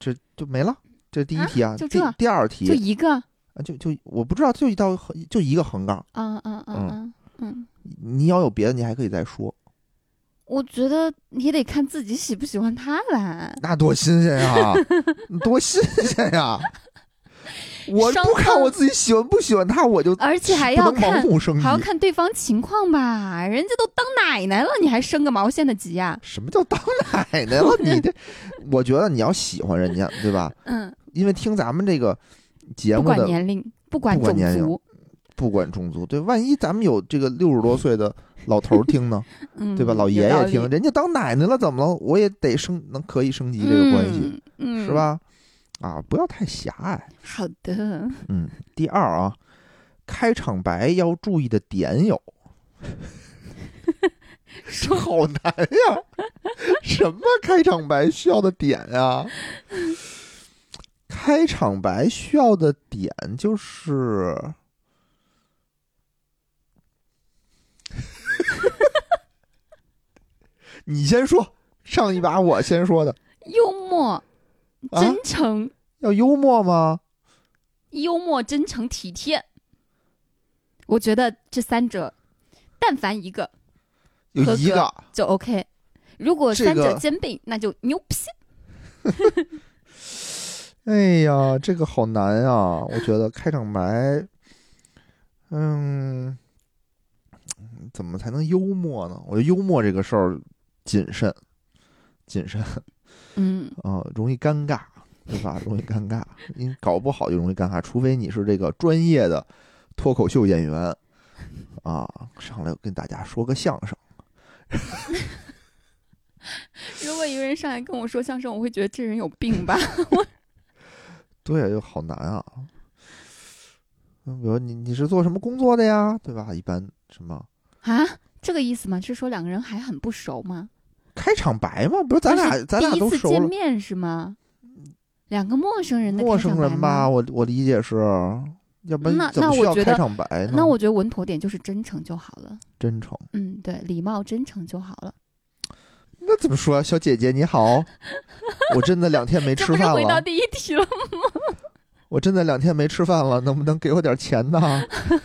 C: 这就没了。这第一题啊，
D: 就
C: 第
D: 这
C: 第二题
D: 就一个。
C: 啊就就我不知道，就一道横就一个横杠，
D: 嗯嗯嗯嗯嗯，
C: 你要有别的，你还可以再说。
D: 我觉得也得看自己喜不喜欢他吧。
C: 那多新鲜
D: [LAUGHS]
C: 呀，多新鲜呀！我
D: 双
C: 不看
D: 方
C: 我自己喜欢不喜欢他，我就
D: 而且还
C: 不
D: 要
C: 能盲
D: 看，
C: 目升级
D: 还。要看对方情况吧。人家都当奶奶了，你还生个毛线的急呀、
C: 什么叫当奶奶
D: [LAUGHS]
C: 了？你这，我觉得你要喜欢人家，对吧？
D: 嗯，
C: 因为听咱们这个节
D: 不
C: 目
D: 管
C: 的，
D: 年龄，不管
C: 不管
D: 种
C: 年龄
D: 族，
C: 不管种族，对，万一咱们有这个六十多岁的老头儿听呢，
D: [LAUGHS] 嗯，
C: 对吧？老
D: 有
C: 爷
D: 道
C: 爷
D: 理
C: 听，，人家当奶奶了，怎么了？我也得升，能可以升级这个关系，
D: 嗯，嗯
C: 是？吧？啊，不要太狭隘。
D: 好的， [LAUGHS]
C: 嗯，第二啊，开场白要注意的点有， [LAUGHS] 这好难呀！什么开场白需要的点呀？开场白需要的点就是， [LAUGHS] 你先说，上一把我先说的，
D: 幽默、
C: 啊
D: 真诚、
C: 要幽默吗？
D: 幽默、真诚、体贴。我觉得这三者，但凡一个
C: 有
D: 合
C: 一
D: 格
C: 个。
D: 就 OK。如果
C: 这
D: 三者
C: 个
D: 兼备，那就牛批。
C: 哎呀，这个好难啊！我觉得开场白，嗯，怎么才能幽默呢？我觉得幽默这个事儿谨慎，谨慎啊、啊
D: 嗯，
C: 容易尴尬。对吧？容易尴尬，你搞不好就容易尴尬，除非你是这个专业的脱口秀演员啊，上来跟大家说个相声，
D: 如果一个人上来跟我说相声，我会觉得这人有病吧？
C: 对，就好难啊。嗯比如你你是做什么工作的呀？对吧？一般什么
D: 啊，这个意思吗？是说两个人还很不熟吗？
C: 开场白嘛，不是咱俩
D: 就是
C: 咱俩
D: 第
C: 都
D: 一次
C: 熟
D: 见
C: 了，
D: 面是吗？两个陌生人的
C: 陌
D: 开场
C: 生
D: 白
C: 人吧？
D: 吗？
C: 我我理解是，要不
D: 那
C: 然怎么
D: 那
C: 需
D: 我
C: 要
D: 觉
C: 开
D: 得
C: 场白呢？
D: 那我觉得稳妥点就是真诚就好了。
C: 真诚。
D: 嗯，对，礼貌真诚就好了。
C: 那怎么说啊、小姐姐你好，我真的两天没
D: [LAUGHS] 这
C: 吃
D: 不是
C: 饭
D: 回到
C: 了，
D: 第一题了吗？
C: 我真的两天没吃饭了，能不能给我点钱呢？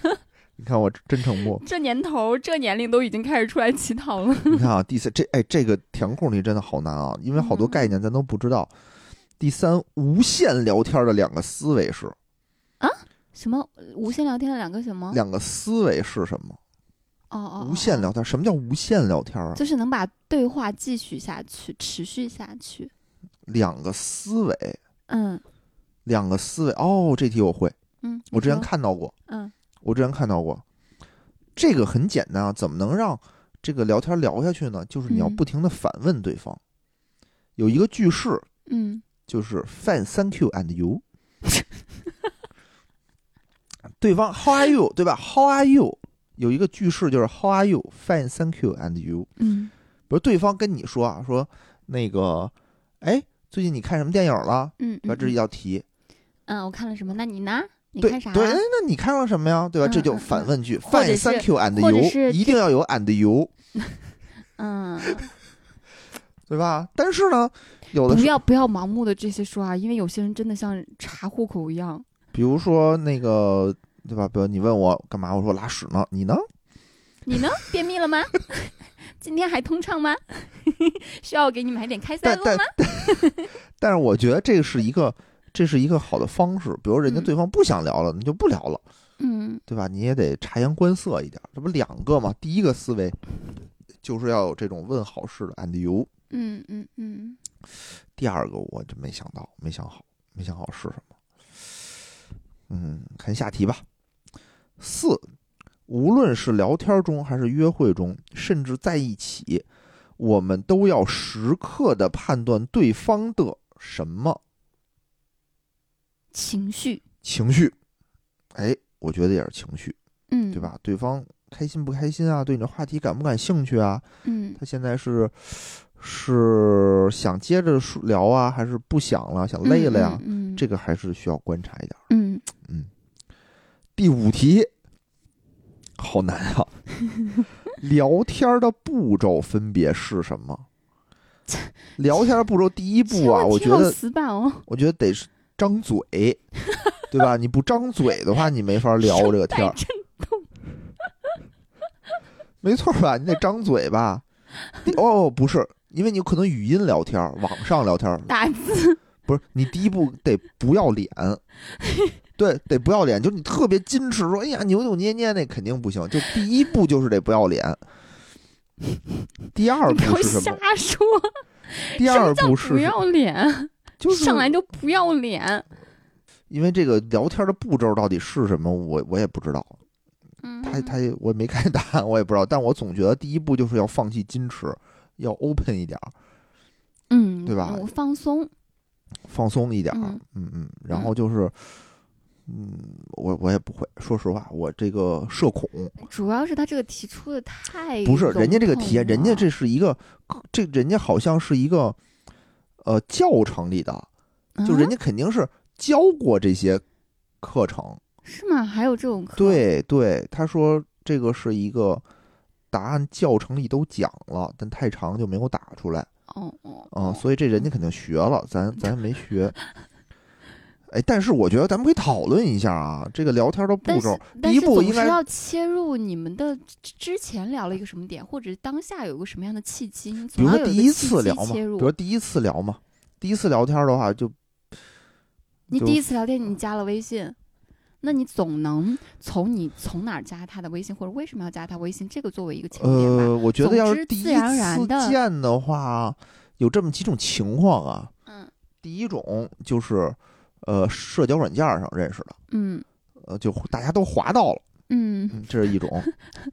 D: [LAUGHS]
C: 你看我真诚不？
D: 这年头，这年龄都已经开始出来乞讨了。
C: 你看啊，第三这哎这个填空题真的好难啊，因为好多
D: 嗯
C: 概念咱都不知道。第三，无限聊天的两个思维是
D: 哦什么无限聊天的两个什么？
C: 两个思维是什么？
D: 哦哦，
C: 无限
D: 哦
C: 聊天，什么叫无限聊天啊？
D: 就是能把对话继续下去，持续下去。
C: 两个思维，
D: 嗯
C: 两个思维。哦，这题我会，
D: 嗯，
C: 我之前
D: 你说
C: 看到过。
D: 嗯
C: 我之前看到过，这个很简单啊，怎么能让这个聊天聊下去呢？就是你要
D: 嗯
C: 不停的反问对方。有一个句式
D: 嗯
C: 就是 “Fine, thank you and you”，对方 “How are you” 对吧？“How are you” 有一个句式就是 “How are you? Fine, thank you and you”。
D: 嗯
C: 比如对方跟你说啊，说那个，哎，最近你看什么电影了？
D: 嗯，
C: 对吧？这是一
D: 嗯
C: 道题。
D: 嗯，我看了什么？那你呢？你
C: 对
D: 看啥？
C: 对，哎那你看了什么呀？对吧？
D: 嗯
C: 这就
D: 嗯
C: 反
D: 嗯
C: 问句
D: 或者
C: ，Fine,
D: 是
C: thank you and
D: 或者是
C: you，一定要有 and you，
D: 嗯，
C: 对吧？但是呢，有的
D: 不
C: 时候，
D: 要不要盲目的这些说啊，因为有些人真的像查户口一样。
C: 比如说那个，对吧？比如你问我干嘛，我说拉屎呢，你呢？
D: 你呢？便秘了吗？ [LAUGHS] 今天还通畅吗？ [LAUGHS] 需要我给你买点开塞
C: 但
D: 露
C: 但
D: 吗？
C: 但是我觉得这是一个，这是一个好的方式。比如人家
D: 嗯
C: 对方不想聊了，你就不聊了，
D: 嗯
C: 对吧？你也得察言观色一点，这不两个嘛？第一个思维就是要有这种问好式的 and you，
D: 嗯嗯嗯，
C: 第二个我真没想到，没想好，没想好是什么。嗯，看下题吧。四，无论是聊天中还是约会中，甚至在一起，我们都要时刻的判断对方的什么
D: 情绪，
C: 情绪。哎，我觉得也是情绪，
D: 嗯，
C: 对？吧？对方开心不开心啊？对你的话题感不感兴趣啊？
D: 嗯
C: 他现在是是想接着说聊啊，还是不想了？想累了呀？
D: 嗯，嗯
C: 这个还是需要观察一点儿。
D: 嗯，
C: 第五题，好难啊！聊天儿的步骤分别是什么？聊天儿的步骤第一步啊，
D: 这
C: 我
D: 问
C: 觉
D: 题好
C: 得，
D: 死板哦，
C: 我觉得得是张嘴，对吧？你不张嘴的话，你没法聊这个天儿
D: 带，针
C: 没错吧？你得张嘴吧？你哦，不是，因为你可能语音聊天儿，网上聊天儿，
D: 打字，
C: 不是，你第一步得不要
D: [LAUGHS]
C: 脸，对，得不要脸，就是你特别矜持，说哎呀扭扭捏捏那肯定不行，就第一步就是得不要脸。第二
D: 你不
C: 步是
D: 要
C: 什
D: 瞎
C: 么？
D: 说，
C: 第
D: 什
C: 二
D: 么叫
C: 步是
D: 不要脸，
C: 就是
D: 上来就不要脸，
C: 因为这个聊天的步骤到底是什么，我我也不知道，
D: 嗯，
C: 他他也我也没看答案，我也不知道，但我总觉得第一步就是要放弃矜持，要 open 一点儿，
D: 嗯，
C: 对吧
D: 我放松，
C: 放松一点儿，
D: 嗯
C: 嗯嗯，然后就是，嗯，我我也不会，说实话，我这个社恐。
D: 主要是他这个题出的太
C: 不是人家这个
D: 笼统
C: 题，人家
D: 了
C: 这是一个，这人家好像是一个，呃，教程里的，就人
D: 啊
C: 家肯定是教过这些课程。
D: 是吗？还有这种课，
C: 对对，他说这个是一个答案，教程里都讲了，但太长就没有打出来
D: 哦哦
C: 啊、
D: 哦
C: 所以这人家肯定学了，咱咱没学。哎，但是我觉得咱们可以讨论一下啊，这个聊天的步
D: 但
C: 骤
D: 是，
C: 第
D: 但
C: 一
D: 是
C: 步
D: 总
C: 应
D: 是
C: 该
D: 要切入你们的之之前聊了一个什么点，或者当下有个什么样的契机，你
C: 比
D: 总
C: 如
D: 要
C: 说
D: 有
C: 第
D: 个
C: 一
D: 契
C: 次
D: 机
C: 聊嘛，比
D: 切
C: 如
D: 入
C: 说第一次聊嘛，第一次聊天的话就
D: 你
C: 就
D: 第一次聊天，你加了微信，那你总能从你从哪儿加他的微信，或者为什么要加他微信，这个作为一个情点吧。
C: 呃，我觉得
D: 总
C: 要
D: 之
C: 是第一
D: 自然而然
C: 次
D: 地
C: 见的话，有这么几种情况啊。
D: 嗯
C: 第一种就是呃社交软件上认识的，
D: 嗯
C: 呃，就大家都滑到了，
D: 嗯
C: 嗯，这是一
D: [LAUGHS]
C: 种，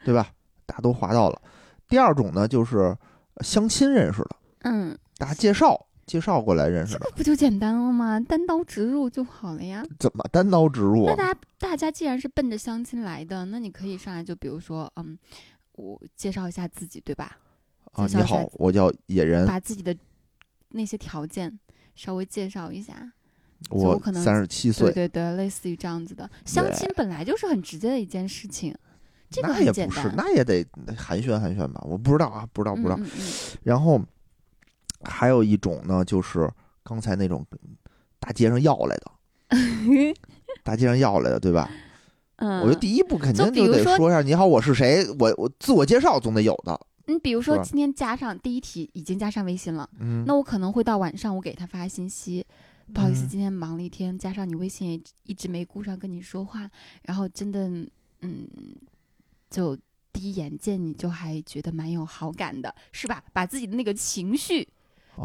C: 对吧？大家都滑到了。第二种呢，就是相亲认识的，
D: 嗯，
C: 大家介绍介绍过来认识
D: 这 [LAUGHS]
C: 的，
D: 不就简单了吗？单刀直入就好了呀。
C: 怎么单刀直入
D: 那
C: 啊？
D: 大家大家既然是奔着相亲来的，那你可以上来就比如说，嗯，我介绍一下自己，对吧？
C: 啊，
D: 介
C: 你
D: 绍一下
C: 好，我叫野人，
D: 把自己的那些条件稍微介绍一下。
C: 我
D: 可能
C: 三十七
D: 对
C: 岁，
D: 对对，类似于这样子的。相亲本来就是很直接的一件事情，这个
C: 那
D: 很
C: 也
D: 简
C: 不是
D: 单，。
C: 那也得寒暄寒暄吧？我不知道啊，不知道不知道。
D: 嗯嗯嗯
C: 然后还有一种呢，就是刚才那种大街上要来的， [LAUGHS] 大街上要来的，对吧？
D: 嗯，
C: 我觉得第一步肯
D: 就
C: 定
D: 比如
C: 得
D: 说
C: 说一下你好，我是谁，我我自我介绍总得有的。
D: 你比如
C: 是
D: 说
C: 吧
D: 今天加上第一题已经加上微信了，
C: 嗯，
D: 那我可能会到晚上我给他发信息，不好意思，
C: 嗯
D: 今天忙了一天，加上你微信也一直没顾上跟你说话，然后真的嗯，就第一眼见你就还觉得蛮有好感的，是吧？把自己的那个情绪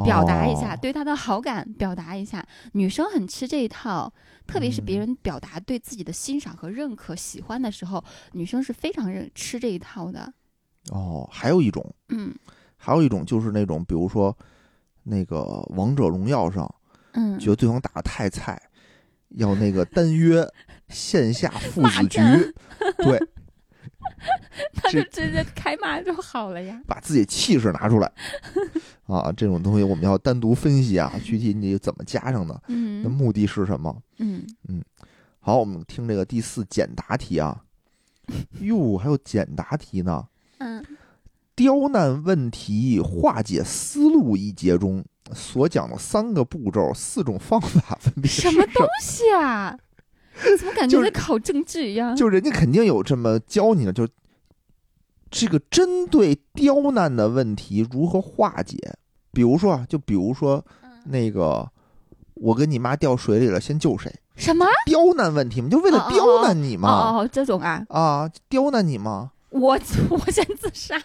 D: 表达一下，
C: 哦
D: 对他的好感表达一下。女生很吃这一套，特别是别
C: 嗯
D: 人表达对自己的欣赏和认可、喜欢的时候，女生是非常认吃这一套的。
C: 哦，还有一种，
D: 嗯
C: 还有一种就是那种，比如说那个《王者荣耀》上，
D: 嗯，
C: 觉得对方打的太菜，要那个单
D: [LAUGHS]
C: 约线下父
D: 骂
C: 子局
D: 战，
C: 对，
D: [LAUGHS] 他就
C: 这
D: 直接开骂就好了呀。
C: 把自己气势拿出
D: [LAUGHS]
C: 来啊，这种东西我们要单独分析啊，具体你怎么加上呢？那
D: 嗯
C: 目的是什么？
D: 嗯，
C: 好，我们听这个第四简答题
D: [LAUGHS]
C: 啊。哟，还有简答题呢。
D: 嗯，
C: 刁难问题化解思路一节中所讲的三个步骤、四种方法分别是
D: 什么东西啊？怎么感觉
C: 就是
D: 在考证据一
C: [LAUGHS]
D: 样？
C: 就人家肯定有这么教你的，就这个针对刁难的问题如何化解。比如说啊，就比如说
D: 嗯
C: 那个，我跟你妈掉水里了，先救谁？
D: 什么？
C: 刁难问题嘛，就为了
D: 啊哦哦
C: 刁难你嘛，
D: 哦哦，这种啊，
C: 啊，刁难你嘛。
D: 我我先自杀。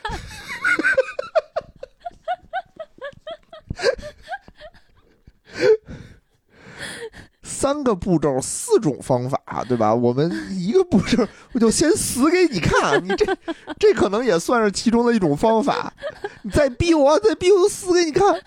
C: 三个步骤，四种方法，对吧？我们一个步骤，我就先死给你看，你这这可能也算是其中的一种方法。你再逼我，再逼我死给你看。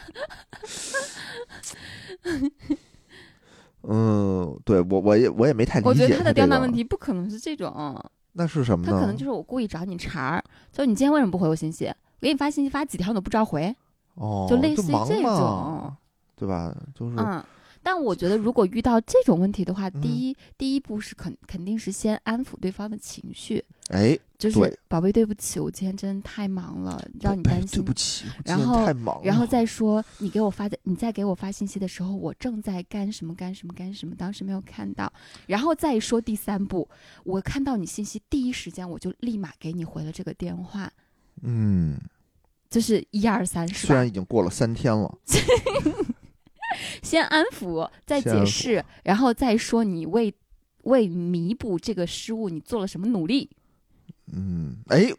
C: 嗯，对我我也我也没太理解、
D: 我觉得他的
C: 这
D: 刁
C: 个
D: 难问题不可能是这种。
C: 那是什么
D: 他
C: 呢？
D: 可能就是我故意找你茬儿，就你今天为什么不回我信息？我给你发信息发几条你都不知道回，
C: 哦，
D: 就类似于
C: 忙
D: 这
C: 嘛
D: 种，
C: 对吧？就是、
D: 嗯。但我觉得如果遇到这种问题的话，
C: 嗯
D: 第一第一步是肯肯定是先安抚对方的情绪，
C: 哎，
D: 就是
C: 对
D: 宝贝，对不起，我今天真的太忙了，让你
C: 宝贝
D: 担
C: 对
D: 心
C: 不。起，我今
D: 然
C: 天
D: 后
C: 太忙了，
D: 然后再说，你给我发的，你在给我发信息的时候，我正在干什么干什么干什么，当时没有看到。然后再说第三步，我看到你信息第一时间，我就立马给你回了这个电话，
C: 嗯，
D: 就是一二三，是吧？
C: 虽然已经过了三天了，
D: 先安抚，再
C: 先
D: 解
C: 安
D: 释，然后再说你为为弥补这个失误，你做了什么努力，
C: 嗯，哎，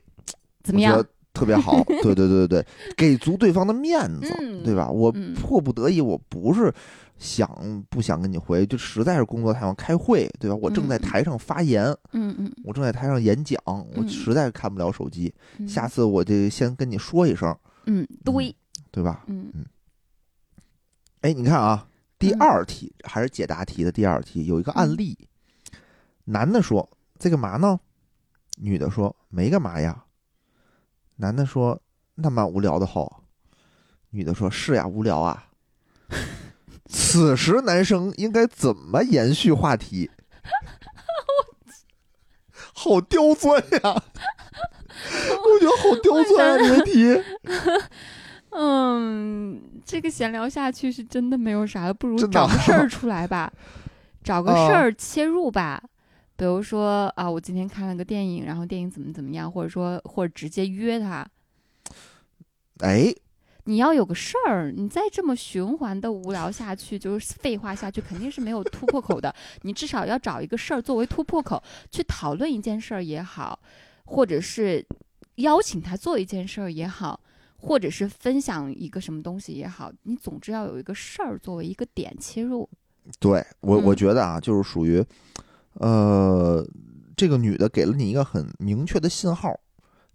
D: 怎么
C: 我觉
D: 样
C: 得？特别
D: [LAUGHS]
C: 好，对对对对对，给足对方的面子，
D: 嗯
C: 对吧？我
D: 嗯
C: 迫不得已，我不是想不想跟你回，就实在是工作太忙，开会，对吧？我正在
D: 嗯
C: 台上发言，
D: 嗯嗯
C: 我正在台上演讲，我
D: 嗯
C: 实在是看不了手机，
D: 嗯，
C: 下次我得先跟你说一声，
D: 嗯对，
C: 对吧？
D: 嗯
C: 哎，你看啊，第
D: 嗯
C: 二题、还是解答题的第二题，有一个案
D: 嗯
C: 例，男的说在干嘛呢？女的说没干嘛呀。男的说那蛮无聊的吼。女的说是呀，无聊啊。此时男生应该怎么延续话题？好刁钻呀！ [LAUGHS] 我觉得好刁钻啊！这个题， [LAUGHS]
D: 嗯，这个闲聊下去是真的没有啥了，不如
C: 真的
D: 找
C: 啊
D: 个事儿出来吧，找个
C: 哦
D: 事儿切入吧。比如说啊，我今天看了个电影，然后电影怎么怎么样，或者说或者直接约他，
C: 哎，
D: 你要有个事儿，你再这么循环的无聊下去，就是废话下去，肯定是没有突破口的。你至少要找一个事儿作为突破口，去讨论一件事儿也好，或者是邀请他做一件事儿也好，或者是分享一个什么东西也好，你总之要有一个事儿作为一个点切入。
C: 对我，我
D: 嗯
C: 觉得啊，就是属于，呃，这个女的给了你一个很明确的信号，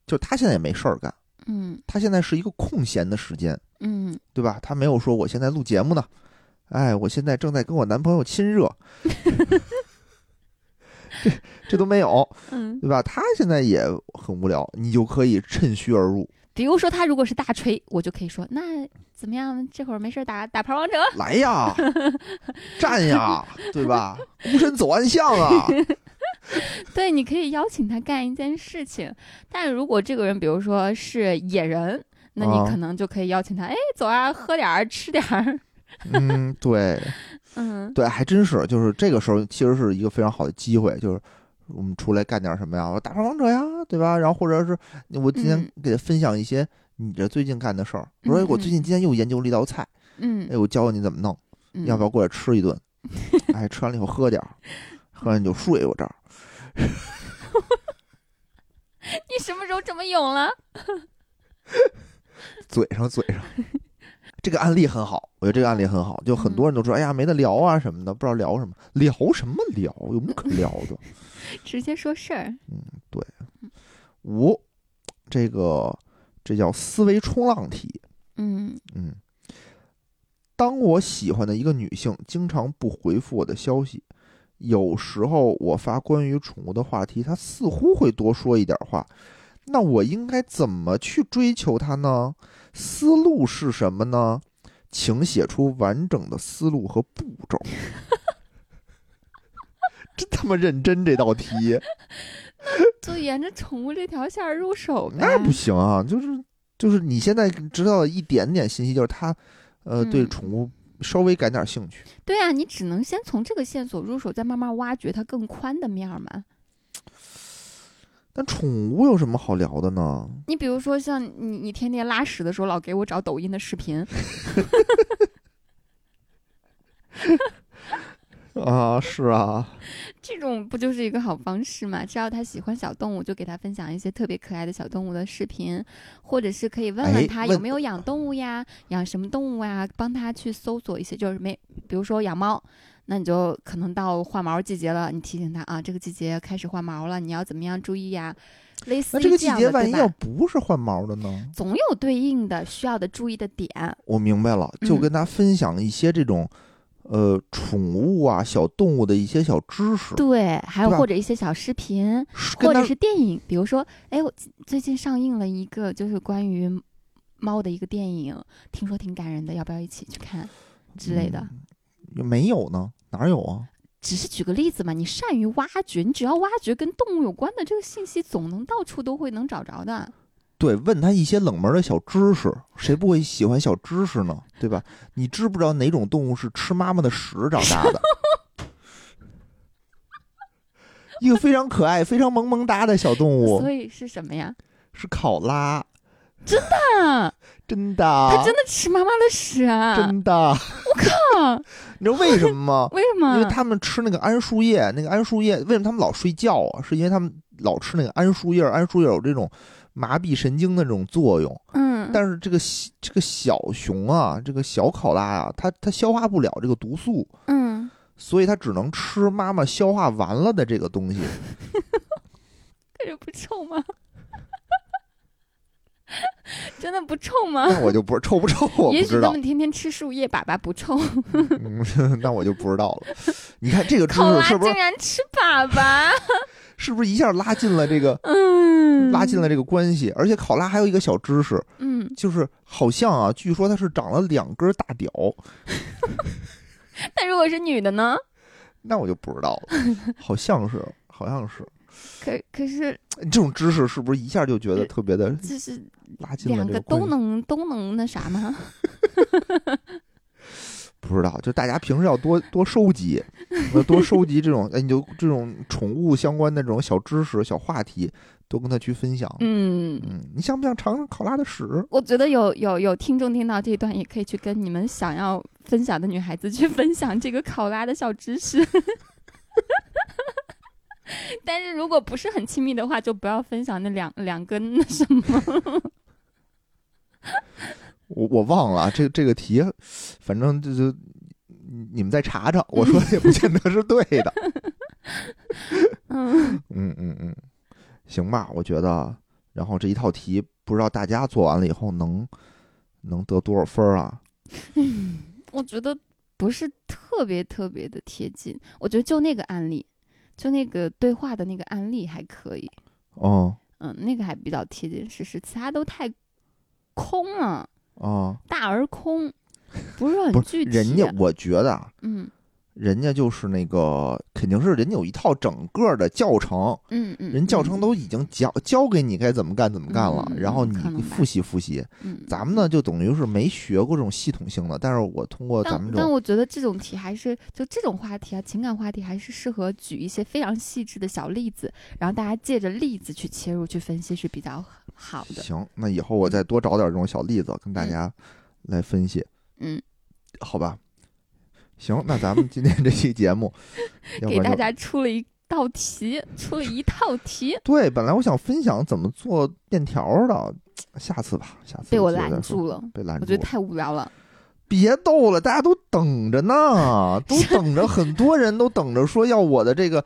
C: 就是她现在也没事儿干，
D: 嗯
C: 她现在是一个空闲的时间，
D: 嗯，
C: 对吧？她没有说我现在录节目呢，哎，我现在正在跟我男朋友亲热，这这都没有，
D: 嗯，
C: 对吧？她现在也很无聊，你就可以趁虚而入，
D: 比如说他如果是大锤，我就可以说那怎么样？这会儿没事儿打打牌王者，
C: 来呀，站呀，对吧？孤身走暗巷啊，
D: [LAUGHS] 对，你可以邀请他干一件事情。但如果这个人，比如说是野人，那
C: 啊
D: 你可能就可以邀请他，哎，走啊，喝点儿，吃点儿。
C: 嗯，对。
D: [LAUGHS] 嗯
C: 对，还真是，就是这个时候其实是一个非常好的机会，就是我们出来干点什么呀？我打牌王者呀，对吧？然后或者是我今天
D: 嗯
C: 给他分享一些你这最近干的事儿，我说哎我最近今天又研究了一道菜，
D: 嗯，
C: 哎，我教教你怎么弄，
D: 嗯
C: 要不要过来吃一顿？哎，吃完了以后喝点儿，喝完你就睡我这儿。
D: [LAUGHS] 你什么时候这么勇了？
C: 嘴上嘴
D: [LAUGHS]
C: 上。这个案例很好，我觉得这个案例很好，就很
D: 嗯
C: 多人都说，哎呀，没得聊啊什么的，不知道聊什么，聊什么聊，有什么可聊的？
D: 直接说事儿。
C: 五，这个这叫思维冲浪题。
D: 嗯
C: 嗯，当我喜欢的一个女性经常不回复我的消息，有时候我发关于宠物的话题，她似乎会多说一点话。那我应该怎么去追求她呢？思路是什么呢？请写出完整的思路和步骤。 [LAUGHS] 真他妈认真这道题。
D: 就沿着宠物这条线儿入手呗。
C: 那不行啊，就是就是你现在知道的一点点信息，就是他，呃，对
D: 嗯
C: 宠物稍微感点兴趣。
D: 对啊，你只能先从这个线索入手，再慢慢挖掘它更宽的面儿嘛。
C: 但宠物有什么好聊的呢？
D: 你比如说像你，你天天拉屎的时候老给我找抖音的视频，
C: [LAUGHS] 啊，是啊，
D: 这种不就是一个好方式嘛？只要他喜欢小动物，就给他分享一些特别可爱的小动物的视频，或者是可以问
C: 哎
D: 问他有
C: 问
D: 没有养动物呀，养什么动物呀，帮他去搜索一些，就是没，比如说养猫，那你就可能到换毛季节了，你提醒他啊，这个季节开始换毛了，你要怎么样注意呀？类似
C: 那
D: 于
C: 这个
D: 这
C: 季
D: 样
C: 节
D: 的，
C: 万一
D: 对
C: 要
D: 吧？
C: 不是换毛的呢？
D: 总有对应的需要的注意的点，
C: 我明白了，就
D: 嗯
C: 跟他分享一些这种，呃，宠物啊、小动物的一些小知识，
D: 对，还有
C: 对吧
D: 或者一些小视频，
C: 是
D: 或
C: 跟
D: 者
C: 他
D: 是电影，比如说，哎，我最近上映了一个就是关于猫的一个电影，听说挺感人的，要不要一起去看之类的？
C: 嗯没有呢？哪有啊？
D: 只是举个例子嘛，你善于挖掘，你只要挖掘跟动物有关的这个信息，总能到处都会能找着的。
C: 对，问他一些冷门的小知识，谁不会喜欢小知识呢？对吧？你知不知道哪种动物是吃妈妈的屎长大的？ [LAUGHS] 一个非常可爱、非常萌萌哒的小动物
D: 所以是什么呀？
C: 是考拉，
D: 啊，
C: 真的，
D: 它真的吃妈妈的屎啊！
C: 啊真的。
D: 啊，？
C: [LAUGHS] 你知道为什么吗
D: [LAUGHS] 为什
C: 因
D: 么
C: 为？他们吃那个桉树叶，那个桉树叶为什么他们老睡觉啊？是因为他们老吃那个桉树叶，桉树叶有这种麻痹神经的这种作用。
D: 嗯，
C: 但是这个小这个小熊啊，这个小考拉啊，它它消化不了这个毒素，
D: 嗯，
C: 所以它只能吃妈妈消化完了的这个东
D: [LAUGHS]
C: 西。
D: 看着不臭吗？ [LAUGHS] 真的不臭吗？
C: 那我就不臭不臭我不
D: 也许
C: 知
D: 他
C: 道，
D: 们天天吃树叶粑粑不臭。
C: 嗯 [LAUGHS] 那我就不知道了。你看这个知
D: 考
C: 识
D: 拉
C: 是不
D: 竟
C: 是
D: 然吃粑粑，
C: 是不是一下拉近了这个
D: 嗯，
C: 拉近了这个关系？而且考拉还有一个小知识，
D: 嗯，
C: 就是好像啊，据说它是长了两根大屌，
D: 那如果是女的呢？
C: 那我就不知道了，
D: [LAUGHS]
C: 好像是好像是。
D: 可可是
C: 这种知识是不是一下就觉得特别的
D: 就是
C: 拉近了
D: 两
C: 这
D: 个
C: 个
D: 都
C: 关系
D: 能都能那啥吗？
C: 不知道，就大家平时要多 [LAUGHS] 多收集，要多收集这种，哎，你就这种宠物相关的这种小知识、小话题，多跟他去分享。
D: 嗯。
C: 嗯你想不想尝尝考拉的屎？
D: 我觉得有有有听众听到这一段，也可以去跟你们想要分享的女孩子去分享这个考拉的小知识。 [LAUGHS] 但是如果不是很亲密的话，就不要分享那两两根那什么。
C: 我我忘了啊这这个题，反正就就你们再查查，我说的也不见得是对的。
D: [LAUGHS] 嗯
C: 嗯嗯嗯，行吧，我觉得，然后这一套题，不知道大家做完了以后能能得多少分儿啊？
D: 我觉得不是特别特别的贴近。我觉得就那个案例，就那个对话的那个案例还可以，
C: 哦
D: 嗯，那个还比较贴近事实，其他都太空了，
C: 哦，
D: 大而空，不是很
C: 不
D: 具体。
C: 人家我觉得啊，
D: 嗯
C: 人家就是那个肯定是人家有一套整个的教程，
D: 嗯嗯，
C: 人教程都已经教教给你该怎么干怎么干了，
D: 嗯嗯嗯
C: 然后
D: 可能
C: 你
D: 吧
C: 复习复习。
D: 嗯，嗯
C: 咱们呢就等于是没学过这种系统性的，但是我通过咱们
D: 但
C: 这
D: 但
C: 种
D: 我觉得这种题还是就这种话题啊，情感话题还是适合举一些非常细致的小例子，然后大家借着例子去切入去分析是比较好的。
C: 行，那以后我再多找点这种小例子跟大家来分析，
D: 嗯，
C: 好吧？行，那咱们今天这期节
D: [LAUGHS]
C: 目，要不
D: 给
C: 然
D: 大
C: 就
D: 家出了一道题，出了一套
C: [LAUGHS]
D: 题，
C: 对，本来我想分享怎么做面条的，下次吧，下次
D: 被我
C: 接着
D: 拦
C: 说
D: 住了，
C: 被拦
D: 我
C: 住
D: 觉
C: 了。
D: 得太无聊了。
C: 别逗了，大家都等着
D: [LAUGHS]
C: 呢，都等着，很多人都等着说要我的这个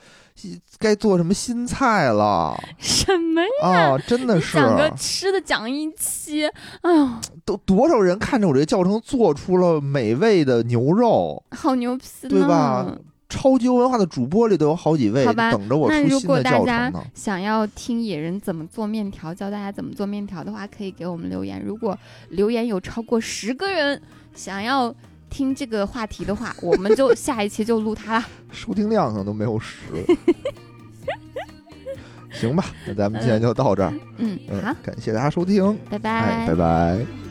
C: 该做什么新菜了
D: 什么哎呀？
C: 啊！真的
D: 你
C: 是，
D: 讲个吃的讲一期，哎呦，
C: 都多少人看着我这个教程做出了美味的牛肉，
D: 好牛批呢！
C: 对吧？超级文化的主播里都有好几位
D: 好吧
C: 等着我
D: 那
C: 出
D: 如
C: 新
D: 果
C: 的
D: 大
C: 教
D: 家
C: 程呢。
D: 想要听野人怎么做面条，教大家怎么做面条的话，可以给我们留言。如果留言有超过十个人想要听这个话题的话，我们就 [LAUGHS] 下一期就录它了。
C: 收听量可能都没有
D: [LAUGHS]
C: 十。行吧，那咱们今天就到这儿。
D: 嗯，
C: 嗯
D: 好，，
C: 感谢大家收听，
D: 拜
C: 嗯哎，拜。
D: 拜
C: 拜。